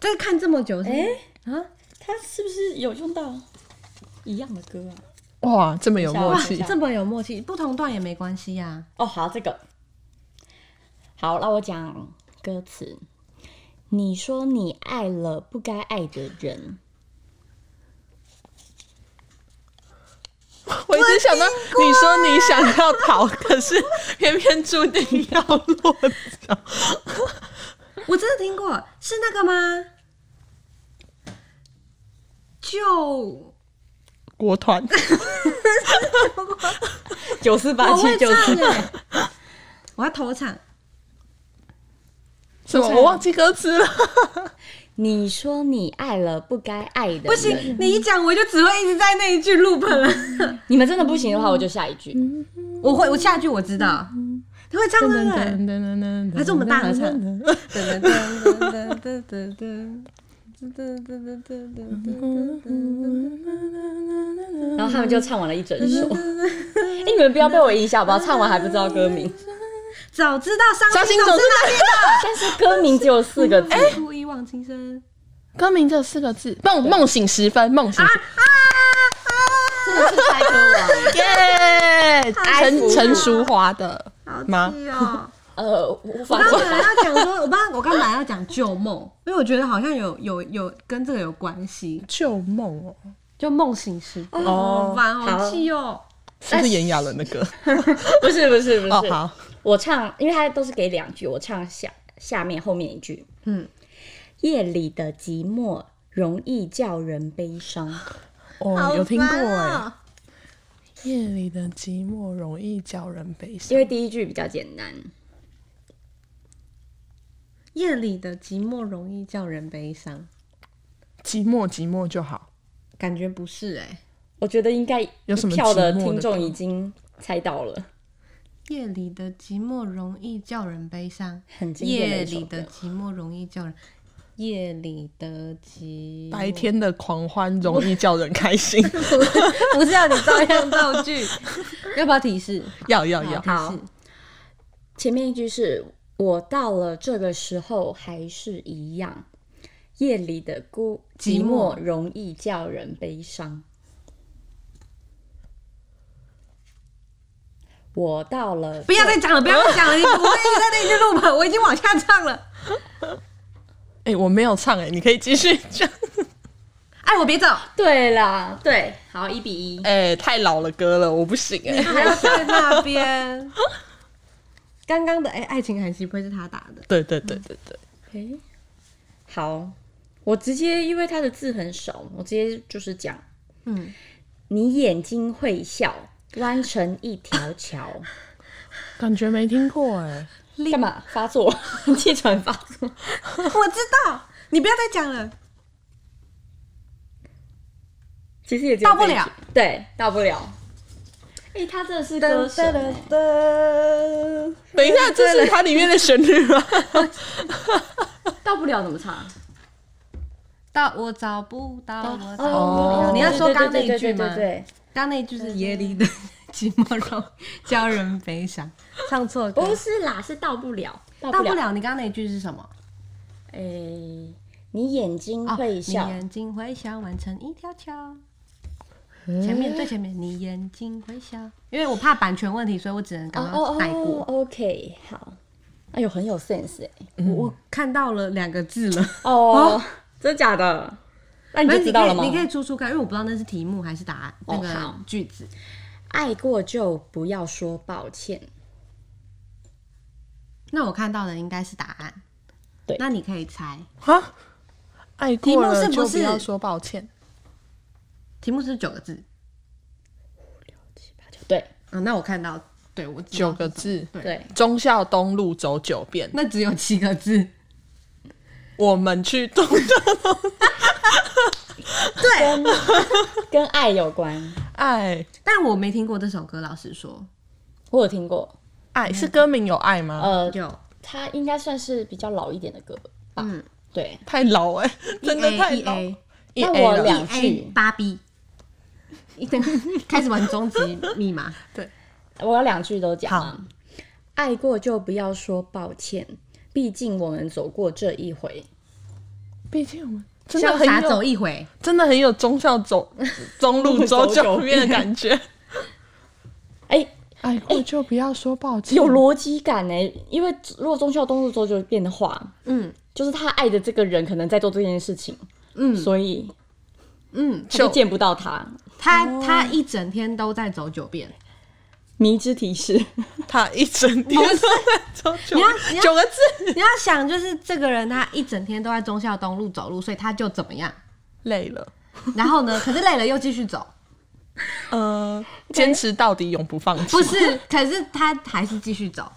Speaker 1: 这个看这么久是不是，啊，
Speaker 2: 他是不是有用到一样的歌啊？
Speaker 3: 哇，这么有默
Speaker 1: 哇，
Speaker 3: 契，
Speaker 1: 这么有默契，不同段也没关系呀、
Speaker 2: 哦，好，这个好，那我讲歌词。你说你爱了不该爱的 [laughs] 人，
Speaker 3: 我一直想到你说你想要逃，可是偏偏注定要落脚。
Speaker 1: 我真的听过，是那个吗？就
Speaker 3: 国团，
Speaker 2: 九四八
Speaker 1: 我
Speaker 2: 七
Speaker 1: 会
Speaker 2: 九
Speaker 1: 唱
Speaker 2: 四，
Speaker 1: 哎、我要投场。
Speaker 3: 什么？我忘记歌词了。
Speaker 2: 你说你爱了不该爱的人，
Speaker 1: 不行，你一讲我就只会一直在那一句 loop 了。
Speaker 2: 你们真的不行的话，我就下一句。
Speaker 1: 我会，我下一句我知道，他会唱那个、哎还是我们大合唱？
Speaker 2: 然后他们就唱完了一整首。 [laughs] 哎、你们不要被我影响吧，唱完还不知道歌名，
Speaker 1: 早知道伤
Speaker 3: 伤
Speaker 1: 心
Speaker 3: 心
Speaker 1: 总
Speaker 3: 总
Speaker 1: 是
Speaker 3: 是
Speaker 1: 那里
Speaker 2: 但是歌名只有四个字。
Speaker 1: 哎，初一忘情深
Speaker 3: 歌名只有四个字，梦梦醒时分，梦醒时
Speaker 1: 啊啊！
Speaker 2: 真的是猜歌王。
Speaker 3: [laughs] 耶！
Speaker 2: 服
Speaker 3: 陈陈淑华的
Speaker 1: 好
Speaker 3: 吗？
Speaker 1: 气哦！
Speaker 2: [laughs] 呃，无
Speaker 1: 我
Speaker 2: 法
Speaker 1: 刚
Speaker 2: 说
Speaker 1: 本。
Speaker 2: [laughs]
Speaker 1: 来要讲说，我刚我刚本来要讲旧梦，因为我觉得好像有有有跟这个有关系，
Speaker 3: 旧梦哦，
Speaker 1: 就梦醒时分。
Speaker 3: 哦
Speaker 1: 烦好气哦！
Speaker 3: 是不是炎亚纶的 [laughs] 歌？
Speaker 2: 不是不是不
Speaker 3: 哦，
Speaker 2: 是，
Speaker 3: 好，
Speaker 2: 我唱，因为它都是给两句，我唱下下面后面一句。
Speaker 1: 嗯，
Speaker 2: 夜里的寂寞容易叫人悲伤。嗯
Speaker 3: 哦，有听过哎。
Speaker 2: 欸
Speaker 1: 哎，
Speaker 3: 夜里的寂寞容易叫人悲
Speaker 2: 因
Speaker 3: 伤。
Speaker 2: 为第一句比较简单，
Speaker 1: 夜里的寂寞容易叫人悲伤，
Speaker 3: 寂寞寂寞就好，
Speaker 1: 感觉不是哎。
Speaker 2: 我觉得应该
Speaker 3: 有什么
Speaker 2: 票的
Speaker 3: 寂寞的
Speaker 2: 听众
Speaker 3: 歌
Speaker 2: 已经猜到了，
Speaker 1: 夜里的寂寞容易叫人悲伤，
Speaker 2: 很经典的
Speaker 1: 夜
Speaker 2: 一首
Speaker 1: 里的
Speaker 2: 歌。
Speaker 1: 寂寞容易叫人，夜里的寂
Speaker 3: 白天的狂欢容易叫人开 [laughs] 心。
Speaker 1: 不是要你照样造
Speaker 2: [laughs]
Speaker 1: 句，要不要提示？
Speaker 3: 要要要，
Speaker 2: 好
Speaker 1: 提示
Speaker 2: 前面一句是我到了这个时候还是一样，夜里的孤
Speaker 1: 寂
Speaker 2: 寂
Speaker 1: 寞
Speaker 2: 寞容易叫人悲伤。我到了，
Speaker 1: 不要再讲了，不要再讲了，你不会在那句录吧？我已经往下唱了。
Speaker 3: 哎，我没有唱哎，你可以继续唱。
Speaker 1: 哎，我别走，
Speaker 2: 对啦，对，好，一比一。
Speaker 3: [laughs] 哎，太老了歌了，我不行哎。
Speaker 1: 还要在那边。刚刚的哎，爱情韩熙不会是他打的？
Speaker 3: 对对对对对，
Speaker 2: 诶，好，我直接因为它的字很少，我直接就是讲，
Speaker 1: 嗯，
Speaker 2: 你眼睛会笑，弯成一条桥，
Speaker 3: 感觉没听过哎。
Speaker 2: [laughs] 干嘛发作？ [laughs] 气喘发作？
Speaker 1: 我知道，你不要再讲了。
Speaker 2: 其实也只有
Speaker 1: 到不
Speaker 2: 这一
Speaker 1: 了
Speaker 2: 句，对，到不了。哎、他真的是歌手、欸，
Speaker 1: 噔，
Speaker 3: 等一下，这是它里面的旋律吗？ [laughs]
Speaker 2: 到不了怎么唱？
Speaker 1: 到我找不到，我找
Speaker 3: 哦
Speaker 1: 你要说刚那一
Speaker 2: 对对
Speaker 1: 句吗
Speaker 2: 对对对
Speaker 1: 刚那句是夜里的寂寞容教人悲伤，唱错歌
Speaker 2: 对，不是啦，是到不了，到
Speaker 1: 到
Speaker 2: 不
Speaker 1: 不
Speaker 2: 了。
Speaker 1: 了。你刚刚那句是什么？
Speaker 2: 哎、你眼睛
Speaker 1: 哦
Speaker 2: 会笑，
Speaker 1: 你眼睛会笑，完成一条桥。前面最前面，你眼睛会笑，因为我怕版权问题，所以我只能刚刚带过。
Speaker 2: 哦 OK，好。哎呦，很有 sense 哎、
Speaker 3: 嗯
Speaker 1: 我我看到了两个字
Speaker 3: [laughs]
Speaker 1: 了，
Speaker 2: 哦，真假的？那你
Speaker 1: 没有
Speaker 2: 就知道了吗？
Speaker 1: 你可以你可以出出看，因为我不知道那是题目还是答案那
Speaker 2: 哦
Speaker 1: 个
Speaker 2: 好
Speaker 1: 句子。
Speaker 2: 爱过就不要说抱歉。
Speaker 1: 那我看到的应该是答案。
Speaker 2: 对
Speaker 1: 那你可以猜，
Speaker 3: 啊，爱
Speaker 1: 题目
Speaker 3: 过了
Speaker 1: 是不
Speaker 3: 就是不要说抱歉。
Speaker 1: 题目是九个字。
Speaker 2: 对
Speaker 1: 嗯，那我看到，对我知道
Speaker 3: 九个字，
Speaker 1: 对
Speaker 2: 对，
Speaker 3: 忠孝东路走九遍，
Speaker 1: 那只有七个字。
Speaker 3: 我们去东的
Speaker 1: 对，
Speaker 2: [laughs] 跟爱有关，
Speaker 3: 爱，
Speaker 1: 但我没听过这首歌，老实说，
Speaker 2: 我有听过。
Speaker 3: 爱是歌名有爱吗？
Speaker 2: 呃，
Speaker 1: 有
Speaker 2: 它应该算是比较老一点的歌吧。
Speaker 1: 嗯
Speaker 2: 对。
Speaker 3: 太老哎、真的
Speaker 1: E A
Speaker 3: 太
Speaker 1: E
Speaker 3: 老。
Speaker 1: A
Speaker 3: 一
Speaker 2: 那
Speaker 3: A
Speaker 2: 我
Speaker 3: 了
Speaker 2: 两
Speaker 1: A
Speaker 2: 句，
Speaker 1: 八 B，开始玩终极密码。
Speaker 2: 我有两句都讲啊。爱过就不要说抱歉，毕竟我们走过这一回。
Speaker 3: 毕竟我们 [laughs] 真的
Speaker 1: 潇洒
Speaker 3: 很
Speaker 1: 走
Speaker 3: 有，
Speaker 1: 一回，
Speaker 3: 真的很有忠孝 [laughs] 走中路走九遍的感 [laughs] 觉。
Speaker 2: 哎、
Speaker 3: 爱过就不要说抱歉，
Speaker 2: 有逻辑感呢、因为如果忠孝东路走九遍的话，
Speaker 1: 嗯
Speaker 2: 就是他爱的这个人可能在做这件事情，
Speaker 1: 嗯
Speaker 2: 所以
Speaker 1: 嗯，
Speaker 2: 他就见不到他。
Speaker 1: 他
Speaker 3: 哦
Speaker 1: 他一整天都在走九遍，
Speaker 2: 迷之提示，
Speaker 3: 他一整天都在走九
Speaker 1: 你要你要
Speaker 3: 九个字，
Speaker 1: [laughs] 你要想，就是这个人他一整天都在忠孝东路走路，所以他就怎么样？
Speaker 3: 累了。
Speaker 1: 然后 [laughs] 呢，可是累了又继续走，
Speaker 3: 呃，坚持到底， [laughs] 永不放弃。
Speaker 1: 不是？可是他还是继续走，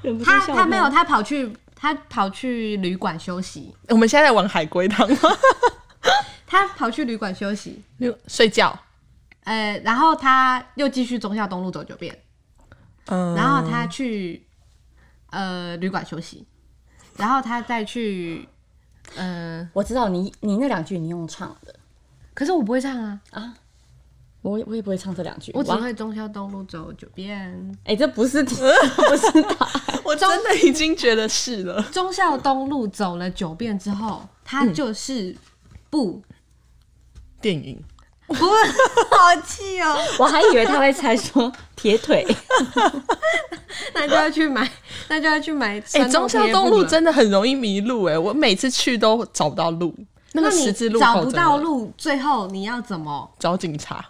Speaker 2: 忍不住
Speaker 1: 他
Speaker 2: 笑
Speaker 1: 他没有，
Speaker 2: 了
Speaker 1: 他跑去他跑去旅馆休息，
Speaker 3: 我们现在在玩海龟汤吗？ [laughs]
Speaker 1: 他跑去旅馆休息，
Speaker 3: 睡觉。
Speaker 1: 呃，然后他又继续忠孝东路走九遍，
Speaker 3: 嗯，
Speaker 1: 然后他去呃旅馆休息，然后他再去呃，
Speaker 2: 我知道你你那两句你用唱的
Speaker 1: 可是我不会唱啊，
Speaker 2: 啊，我也我也不会唱这两句。
Speaker 1: 我只
Speaker 2: 哇
Speaker 1: 会忠孝东路走九遍，
Speaker 2: 哎、这不是 [laughs] 不是他，
Speaker 3: [laughs] 我真的已经觉得是了。
Speaker 1: 忠孝东路走了九遍之后，
Speaker 3: 嗯
Speaker 1: 他就是不、
Speaker 3: 电影
Speaker 1: 不，好气哦，
Speaker 2: 我还以为他会猜说铁腿，
Speaker 1: [laughs] 那就要去买，那就要去买
Speaker 3: 哎、
Speaker 1: 酸
Speaker 3: 中
Speaker 1: 痛
Speaker 3: 孝
Speaker 1: 贴
Speaker 3: 东
Speaker 1: 布
Speaker 3: 路
Speaker 1: 了
Speaker 3: 真的很容易迷路哎、我每次去都找不到路，那个
Speaker 1: 你
Speaker 3: 十字路口
Speaker 1: 找不
Speaker 3: 真的
Speaker 1: 到路，最后你要怎么？
Speaker 3: 找警察。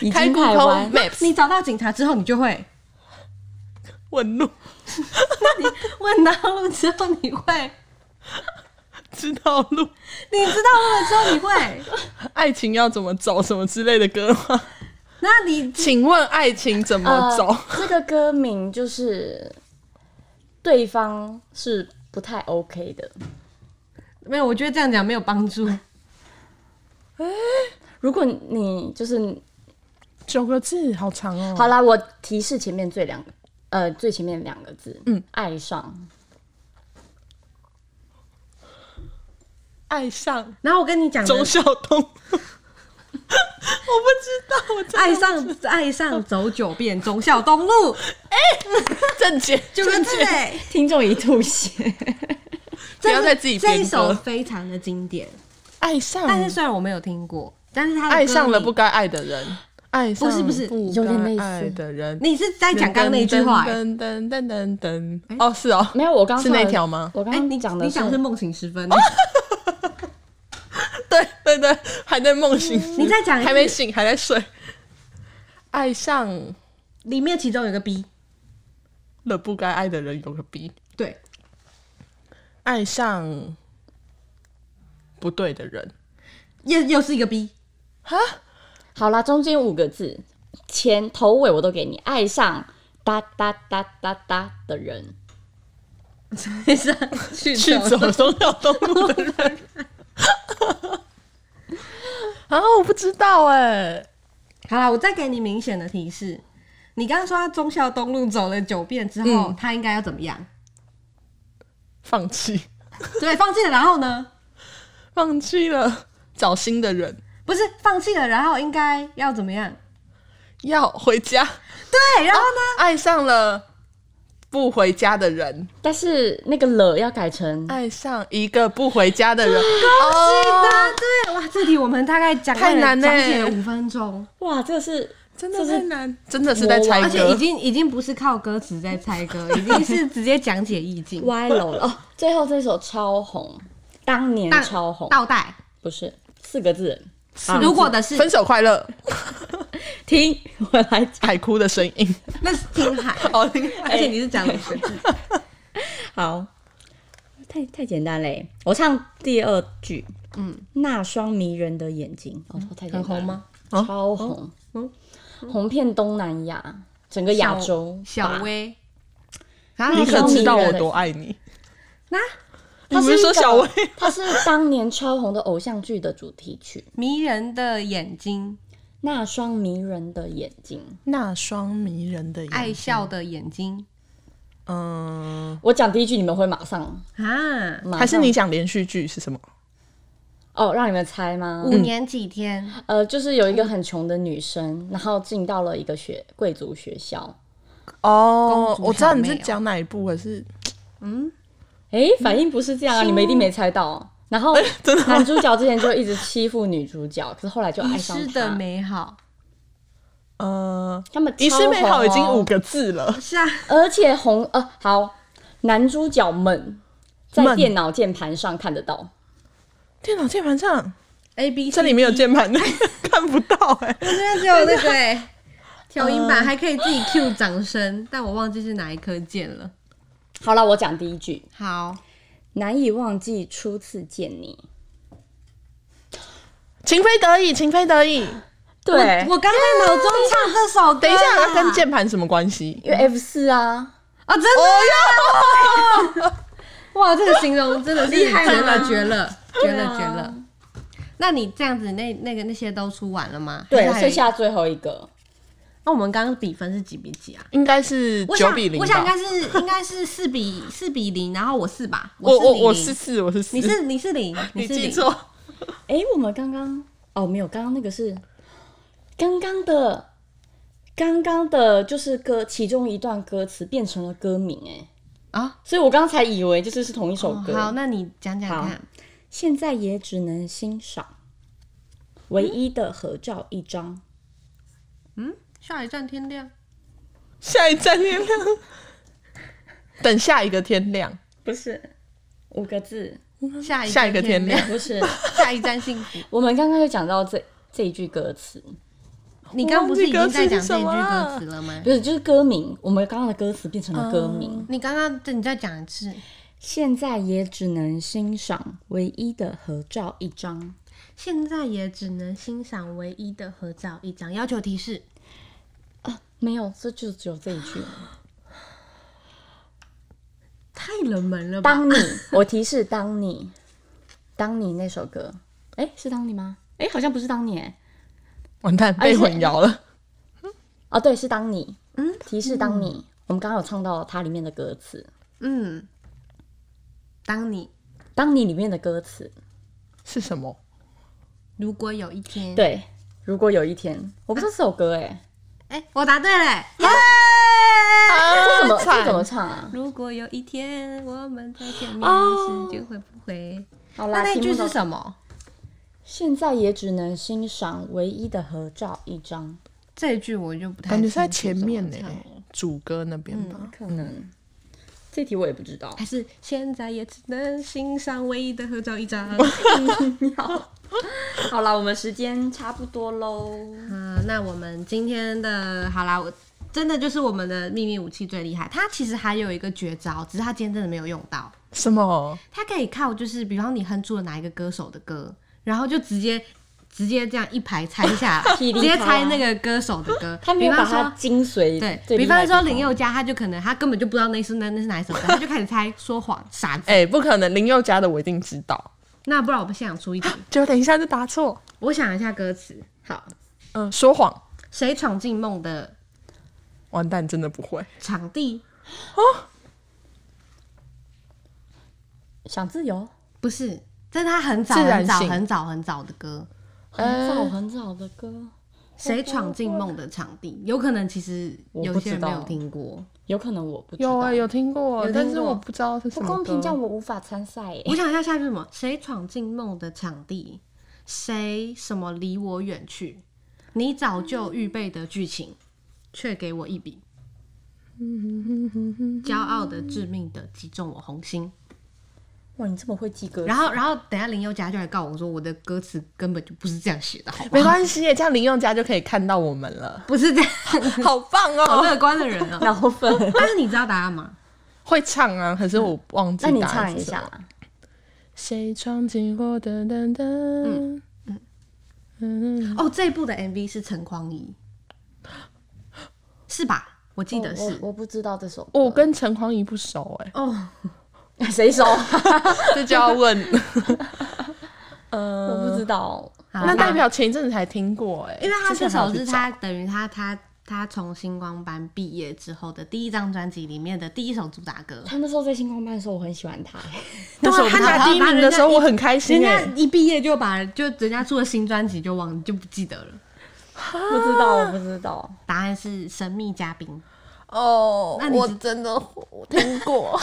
Speaker 2: 已
Speaker 3: 开
Speaker 2: 经
Speaker 3: Google
Speaker 2: 台湾
Speaker 3: Maps
Speaker 1: 你找到警察之后，你就
Speaker 3: [laughs]
Speaker 1: 会
Speaker 3: 问路，
Speaker 1: 问到路之后，你会
Speaker 3: 知道路，
Speaker 1: 你知道路了之后，你会？
Speaker 3: 爱情要怎么走，什么之类的歌吗？
Speaker 1: 那你
Speaker 3: 请问爱情怎么
Speaker 2: 呃
Speaker 3: 走？
Speaker 2: 这个歌名就是对方是不太 OK 的。
Speaker 1: 没有？我觉得这样讲没有帮助。
Speaker 2: 如果你就是
Speaker 3: 九个字，好长哦。
Speaker 2: 好啦，我提示前面最两个，呃，最前面两个字，
Speaker 3: 嗯，
Speaker 2: 爱上，
Speaker 3: 爱上
Speaker 1: 然后我跟你讲的，
Speaker 3: 忠孝东路，我不知道，我真的
Speaker 1: 爱上爱上走九遍忠孝东路，
Speaker 3: 正解，
Speaker 1: 九个字
Speaker 3: 正解
Speaker 1: 哎，
Speaker 2: 听众一吐血。
Speaker 1: 这
Speaker 3: 不要
Speaker 1: 是
Speaker 3: 再自己
Speaker 1: 这一
Speaker 3: 编
Speaker 1: 首
Speaker 3: 歌
Speaker 1: 非常的经典，
Speaker 3: 爱上，
Speaker 1: 但是虽然我没有听过，但是他
Speaker 3: 嗯爱上了不该爱的人，爱上
Speaker 1: 不是不是
Speaker 3: 不
Speaker 2: 有点类似
Speaker 3: 该爱的人。
Speaker 1: 你是在讲刚刚那句话哎。
Speaker 3: 噔噔噔噔噔噔，哦，是哦，
Speaker 2: [laughs] 没有，我刚刚
Speaker 3: 是
Speaker 2: 唱的
Speaker 3: 那条吗？
Speaker 2: 我刚
Speaker 1: 哎，
Speaker 2: 刚
Speaker 1: 你
Speaker 2: 讲的
Speaker 1: 你讲的是
Speaker 2: 是
Speaker 1: 梦醒时
Speaker 3: 哦
Speaker 1: 分，
Speaker 3: 对对对，还在梦醒，
Speaker 1: [laughs] 你再讲一次
Speaker 3: 还没醒，还在睡。爱上
Speaker 1: 里面其中有个 B，
Speaker 3: 了不该爱的人有个 B，
Speaker 1: 对，
Speaker 3: 爱上不对的人
Speaker 1: 又又是一个
Speaker 3: [laughs]
Speaker 1: B，
Speaker 3: 啊，
Speaker 2: 好啦，中间五个字，前头尾我都给你，爱上哒哒哒哒哒的人，
Speaker 1: 爱上去
Speaker 3: 去走中孝东路的人。
Speaker 1: [laughs]
Speaker 3: 啊，我不知道哎、
Speaker 1: 欸好啦，我再给你明显的提示。你刚刚说他忠孝东路走了九遍之后，
Speaker 3: 嗯
Speaker 1: 他应该要怎么样？
Speaker 3: 放弃，
Speaker 1: 对，放弃了，然后呢？
Speaker 3: 放弃了，找新的人，
Speaker 1: 不是放弃了，然后应该要怎么样？
Speaker 3: 要回家，
Speaker 1: 啊对，然后呢？
Speaker 3: 爱上了不回家的人。
Speaker 2: 但是那个了要改成
Speaker 3: 爱上一个不回家的人，
Speaker 1: 是
Speaker 3: 哦，
Speaker 1: 的，对，哇，这题我们大概讲
Speaker 3: 太难
Speaker 1: 了
Speaker 3: 嘞
Speaker 1: 讲解了五分钟，
Speaker 2: 哇，这个是
Speaker 3: 真
Speaker 2: 这
Speaker 3: 的
Speaker 2: 是
Speaker 3: 太难，真的是在
Speaker 2: 魔
Speaker 3: 猜
Speaker 1: 而且已
Speaker 3: 歌。
Speaker 1: 经已经不是靠歌词在猜歌，已经是直接讲解意境。
Speaker 2: 歪
Speaker 1: [laughs]
Speaker 2: 楼了。哦，最后这首超红，当年
Speaker 1: 当
Speaker 2: 超红，
Speaker 1: 倒带，
Speaker 2: 不是四个字，
Speaker 3: 个字
Speaker 1: 如果的是
Speaker 3: 分手快乐，
Speaker 2: 听 [laughs] 我来讲。
Speaker 3: 海哭的声音，
Speaker 1: 那是听海，
Speaker 3: 好听。
Speaker 1: 而且你是讲五个字，
Speaker 2: 好，太太简单嘞。我唱第二句，
Speaker 1: 嗯
Speaker 2: 那双迷人的眼睛，哦，太简单了哦
Speaker 3: 很红吗？啊
Speaker 2: 超
Speaker 1: 哦
Speaker 2: 红，红遍东南亚，整个亚洲吧。
Speaker 1: 小 [laughs] 薇，
Speaker 2: 那
Speaker 1: 啊
Speaker 2: 你
Speaker 3: 你可
Speaker 2: 可
Speaker 3: 知
Speaker 2: 知
Speaker 3: 道
Speaker 2: 道
Speaker 3: 我
Speaker 2: 我
Speaker 3: 多
Speaker 2: 多
Speaker 3: 爱你？
Speaker 1: 那
Speaker 3: 你
Speaker 2: 它
Speaker 3: 不
Speaker 2: 是
Speaker 3: 是
Speaker 2: 一
Speaker 3: 说
Speaker 2: 个
Speaker 3: 小薇？
Speaker 2: 它是当年超红的偶像剧的主题曲，《
Speaker 1: 迷人的眼睛，
Speaker 2: 那双迷人的眼睛》。
Speaker 3: 那双迷人的眼
Speaker 1: 爱笑的眼睛
Speaker 3: 嗯，
Speaker 2: 我讲第一句，你们会马上
Speaker 1: 啊，
Speaker 2: 马上
Speaker 3: 呃还是你想连续剧是什么？
Speaker 2: 哦，让你们猜吗？
Speaker 1: 五年几天，
Speaker 2: 呃，就是有一个很穷的女生，然后进到了一个学贵族学校。
Speaker 3: 哦
Speaker 1: 公，主
Speaker 3: 我知道你
Speaker 1: 小
Speaker 3: 是
Speaker 1: 妹哦
Speaker 3: 讲哪一部，可是
Speaker 2: 哎、反应不是这样啊，你们一定没猜到。然 [laughs] 后男主角之前就一直欺负女主角，可是后来就爱
Speaker 1: 遗
Speaker 2: 上
Speaker 1: 失的
Speaker 2: 她。
Speaker 1: 美好，
Speaker 3: 呃，
Speaker 2: 他们
Speaker 3: 《遗失美好》已经
Speaker 2: 五
Speaker 3: 五个字了，
Speaker 1: 是啊，
Speaker 2: 而且红呃好，男主角们在
Speaker 3: 们
Speaker 2: 电脑键盘上看得到，
Speaker 3: 电脑键盘上
Speaker 1: A B，
Speaker 3: 这里没有键 [laughs] 盘的，看不到哎。
Speaker 1: 我这边只有那个哎，调音板还可以自己 Q 掌声，但我忘记是哪一颗键了。
Speaker 2: 好了，我讲第一句，
Speaker 1: 好，
Speaker 2: 难以忘记初次见你。
Speaker 3: 情非得已，情非得已。
Speaker 2: 对，
Speaker 1: 我刚在脑中唱这首歌，
Speaker 3: 等一下，它跟键盘什么关系？
Speaker 2: 因为 F 四啊，
Speaker 1: 啊，真的
Speaker 3: 哦
Speaker 1: 哇，这个形容真的是
Speaker 2: 厉害吗
Speaker 1: 绝了，绝了，绝
Speaker 2: 对
Speaker 1: 了，
Speaker 2: 啊
Speaker 1: 绝了。那你这样子，那那个那些都出完了吗？
Speaker 2: 对，
Speaker 1: 还是还有
Speaker 2: 剩下最后一个，
Speaker 1: 那我们刚刚比分是几比几啊？
Speaker 3: 应该是
Speaker 1: 我
Speaker 3: 九
Speaker 1: 想
Speaker 3: 比零
Speaker 1: 我想应
Speaker 3: 吧。
Speaker 1: 该是应该是四比四比零，然后我四吧，
Speaker 3: 我我我
Speaker 1: 零
Speaker 3: 是四，我是四。
Speaker 1: 你是你是零，
Speaker 3: 你
Speaker 1: 是
Speaker 3: 记
Speaker 1: 零，
Speaker 3: 错？
Speaker 2: 哎、我们刚刚哦没有，刚刚那个是刚刚的，刚刚的就是歌其中一段歌词变成了歌名哎、
Speaker 1: 啊
Speaker 2: 所以我刚才以为就是是同一首
Speaker 1: 哦
Speaker 2: 歌。
Speaker 1: 好，那你讲讲
Speaker 2: 好
Speaker 1: 看，
Speaker 2: 现在也只能欣赏唯一的合照一张。
Speaker 1: 下一站天亮，
Speaker 3: [laughs] 下一站天亮，等下一个天亮，
Speaker 2: 不是五个字，
Speaker 1: 下一
Speaker 3: 下一个天亮
Speaker 1: 亮，
Speaker 2: 不是。
Speaker 1: 下一站幸福。
Speaker 2: [laughs] 我们刚刚就讲到这这一句歌词，
Speaker 1: 你刚不是已经在讲这一句
Speaker 3: 我忘
Speaker 1: 歌
Speaker 3: 记歌词是什
Speaker 1: 词了吗
Speaker 2: 不？是就是歌名。我们刚刚的歌词变成了歌名。
Speaker 1: 你刚刚你再讲一次，
Speaker 2: 现在也只能欣赏唯一的合照一张。
Speaker 1: 现在也只能欣赏唯一的合照一张。要求提示：
Speaker 2: 没有，这就只有这一句。
Speaker 1: 太冷门了吧？
Speaker 2: [laughs] 当你，我提示当你，当你那首歌，哎、是当你吗？哎、好像不是当你、哎，
Speaker 3: 完蛋
Speaker 2: 而
Speaker 3: 被
Speaker 2: 且
Speaker 3: 混淆了。
Speaker 2: 哦，对，是当你，嗯，提示当你。我们刚刚有唱到它里面的歌词，
Speaker 1: 嗯，当你
Speaker 2: 当你里面的歌词，
Speaker 3: 是什么？
Speaker 1: 如果有一天，，
Speaker 2: 对，如果有一天，我不知道这首歌哎、
Speaker 1: 哎、我答对了。耶！
Speaker 3: 哎啊
Speaker 2: 这怎么
Speaker 3: 惨
Speaker 2: 这怎么唱啊？
Speaker 1: 如果有一天我们再见面
Speaker 2: 哦
Speaker 1: 时，就会不会？
Speaker 2: 好
Speaker 1: 那
Speaker 2: 啦，
Speaker 1: 那
Speaker 2: 题
Speaker 1: 句
Speaker 2: 目
Speaker 1: 是
Speaker 2: 都
Speaker 1: 什么？
Speaker 2: 现在也只能欣赏唯一的合照一张，
Speaker 1: 这一句我就不太
Speaker 3: 感觉
Speaker 1: 清楚
Speaker 3: 哎是嗯在前面呢
Speaker 1: 怎么唱，
Speaker 3: 主歌那边吧。
Speaker 2: 可能这题我也不知道。
Speaker 1: 还是现在也只能欣赏唯一的合照一张。
Speaker 2: [laughs]
Speaker 3: [laughs]
Speaker 2: 好啦，我们时间差不多喽。
Speaker 1: 啊、那我们今天的好啦，我真的就是我们的秘密武器最厉害。它其实还有一个绝招，只是它今天真的没有用到。
Speaker 3: 什么？
Speaker 1: 它可以靠就是，比方你哼出了哪一个歌手的歌，然后就直接直接这样一排猜
Speaker 2: [laughs]
Speaker 1: 下来，
Speaker 2: 噼
Speaker 1: 直
Speaker 2: 里
Speaker 1: 接
Speaker 2: 啪啦
Speaker 1: 猜那个歌手的歌。
Speaker 2: 啊他没
Speaker 1: 比
Speaker 2: 有把
Speaker 1: 方
Speaker 2: 它
Speaker 1: 说。
Speaker 2: 精髓
Speaker 1: 对
Speaker 2: 最
Speaker 1: 比
Speaker 2: 厉
Speaker 1: 方
Speaker 2: 害的
Speaker 1: 说
Speaker 2: 地
Speaker 1: 林
Speaker 2: 方
Speaker 1: 宥嘉，他就可能他根本就不知道那是那那是哪一首歌，他就开始猜说谎傻子。
Speaker 3: 哎、不可能，林宥嘉的我一定知道。
Speaker 1: 那不然我们现场出一题，
Speaker 3: 就等一下就答错。
Speaker 1: 我想一下歌词。好，
Speaker 3: 嗯、说谎，
Speaker 1: 谁闯进梦的
Speaker 3: 完蛋，真的不会。
Speaker 1: 场地？
Speaker 2: 想自由，
Speaker 1: 不是，这是他很早
Speaker 3: 自然
Speaker 1: 很早
Speaker 3: 性
Speaker 1: 很早很早的歌。
Speaker 2: 很早很早的歌，
Speaker 1: 谁闯进梦的场地？有可能其实有些人没有听过。
Speaker 2: 有啊可能我不知道。
Speaker 3: 有哎、有听过，
Speaker 1: 有听过
Speaker 3: 但是我不知道是什
Speaker 2: 不
Speaker 3: 么
Speaker 2: 公平，
Speaker 3: 歌
Speaker 2: 这样我无法参赛耶
Speaker 1: 我。想一下，下一句是什么？谁闯进梦的场地？谁什么离我远去？你早就预备的剧情，却给我一
Speaker 3: [laughs]
Speaker 1: 笔。骄傲的、致命的，击中我红心。
Speaker 2: 哇，你这么会记歌
Speaker 1: 然后，然后等一下林宥嘉就来告我说，我的歌词根本就不是这样写的，好
Speaker 3: 没
Speaker 1: 吧？
Speaker 3: 关 [laughs] 系耶，这样林宥嘉就可以看到我们了，
Speaker 1: 不是这样，
Speaker 3: 好棒
Speaker 1: 好
Speaker 3: 哦！
Speaker 1: 乐观的人啊、，
Speaker 2: [laughs]
Speaker 3: [laughs]
Speaker 2: 脑粉
Speaker 1: 但是你知道答案吗？
Speaker 3: 会唱啊，可是我忘记
Speaker 2: 嗯那你
Speaker 3: 答案
Speaker 2: 唱一
Speaker 3: 是什么
Speaker 2: 下。
Speaker 3: 谁闯进我的灯灯？嗯嗯
Speaker 1: 哦，这一部的 MV 是陈匡怡，是吧？我记
Speaker 3: 哦
Speaker 1: 得是
Speaker 2: 我我不知道这首歌，
Speaker 3: 我跟陈匡怡不熟哎、
Speaker 1: 哦，
Speaker 2: 哦 [laughs] 谁首？
Speaker 3: 这就要问。
Speaker 2: 我不知道。
Speaker 1: 好
Speaker 3: 那代表前一阵子才听过哎、
Speaker 1: 因为他
Speaker 3: 之
Speaker 1: 这
Speaker 3: 前还有
Speaker 1: 首
Speaker 3: 去
Speaker 1: 是
Speaker 3: 找
Speaker 1: 他等于他他他从星光班毕业之后的第一张专辑里面的第一首主打
Speaker 3: [laughs]
Speaker 1: 歌。
Speaker 2: 他那时候在星光班的时候，我很喜欢他。
Speaker 3: 那时候
Speaker 1: 对啊
Speaker 3: 他拿第一名的时候，我很开
Speaker 1: 人
Speaker 3: 心哎、
Speaker 1: 家一毕业就把就人家出了新专辑就忘就不记得了。
Speaker 2: [laughs] 不知道，我不知道。
Speaker 1: 答案是神秘嘉宾，
Speaker 3: 哦
Speaker 1: 那你我
Speaker 3: 真的听 [laughs] 过。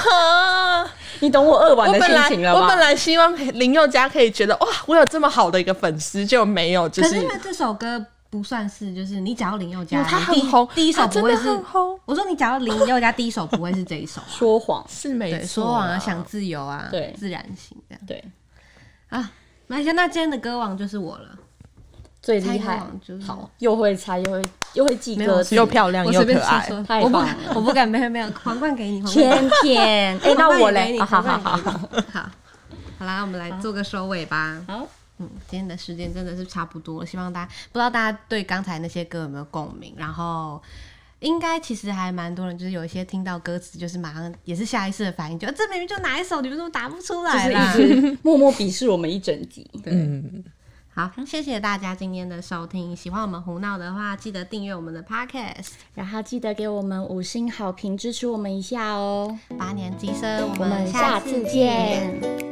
Speaker 2: 你懂我二
Speaker 3: 我
Speaker 2: 晚的
Speaker 3: 本
Speaker 2: 心
Speaker 3: 来
Speaker 2: 情了吧？
Speaker 3: 我本来希望林宥嘉可以觉得哇，我有这么好的一个粉丝，就没有，就
Speaker 1: 可
Speaker 3: 是
Speaker 1: 是因为这首歌不算是就是你讲到林宥嘉，
Speaker 3: 嗯他
Speaker 1: 你第
Speaker 3: 很
Speaker 1: 一
Speaker 3: 红
Speaker 1: 第一首
Speaker 3: 他
Speaker 1: 不会
Speaker 3: 真的
Speaker 1: 是
Speaker 3: 很红。
Speaker 1: 我说你讲到林宥嘉第一首不会是这一首，
Speaker 2: 说谎。
Speaker 3: 是 [laughs] 没
Speaker 1: 对，
Speaker 3: 错
Speaker 1: 说谎啊，想自由啊，
Speaker 2: 对
Speaker 1: 自然醒这样
Speaker 2: 对，
Speaker 1: 啊。那现那今天的歌王就是我了，
Speaker 2: 最厉
Speaker 1: 猜歌
Speaker 2: 害
Speaker 1: 王就是，
Speaker 2: 好，又会猜，又会又会记
Speaker 1: 没有
Speaker 2: 歌
Speaker 1: 是
Speaker 2: 词，
Speaker 3: 又漂亮
Speaker 1: 我
Speaker 3: 又
Speaker 1: 随便
Speaker 3: 可
Speaker 1: 说
Speaker 3: 爱。
Speaker 1: 说，
Speaker 2: 太
Speaker 1: 我不
Speaker 2: 棒
Speaker 1: 敢
Speaker 2: 了，
Speaker 1: [laughs] 我不敢，没有没有，皇冠给你，皇冠
Speaker 2: 天天。哎，那我嘞？
Speaker 1: 好
Speaker 2: 啊好好
Speaker 1: 好
Speaker 2: 好，
Speaker 1: 好，好啦，我们来做个收尾吧。
Speaker 2: 好，
Speaker 1: 嗯，今天的时间真的是差不多了，希望大家不知道大家对刚才那些歌有没有共鸣，然后。应该其实还蛮多人，就是有一些听到歌词，就是马上也是下意识的反应，就、啊、这明明就哪一首，你们怎么答不出来啦？
Speaker 2: 就是一直默默鄙视我们一整集。
Speaker 3: 嗯，
Speaker 1: 好，谢谢大家今天的收听，喜欢我们胡闹的话，记得订阅我们的 podcast，
Speaker 2: 然后记得给我们五星好评，支持我们一下哦。
Speaker 1: 八年级生，我
Speaker 2: 我
Speaker 1: 们
Speaker 2: 们下次见。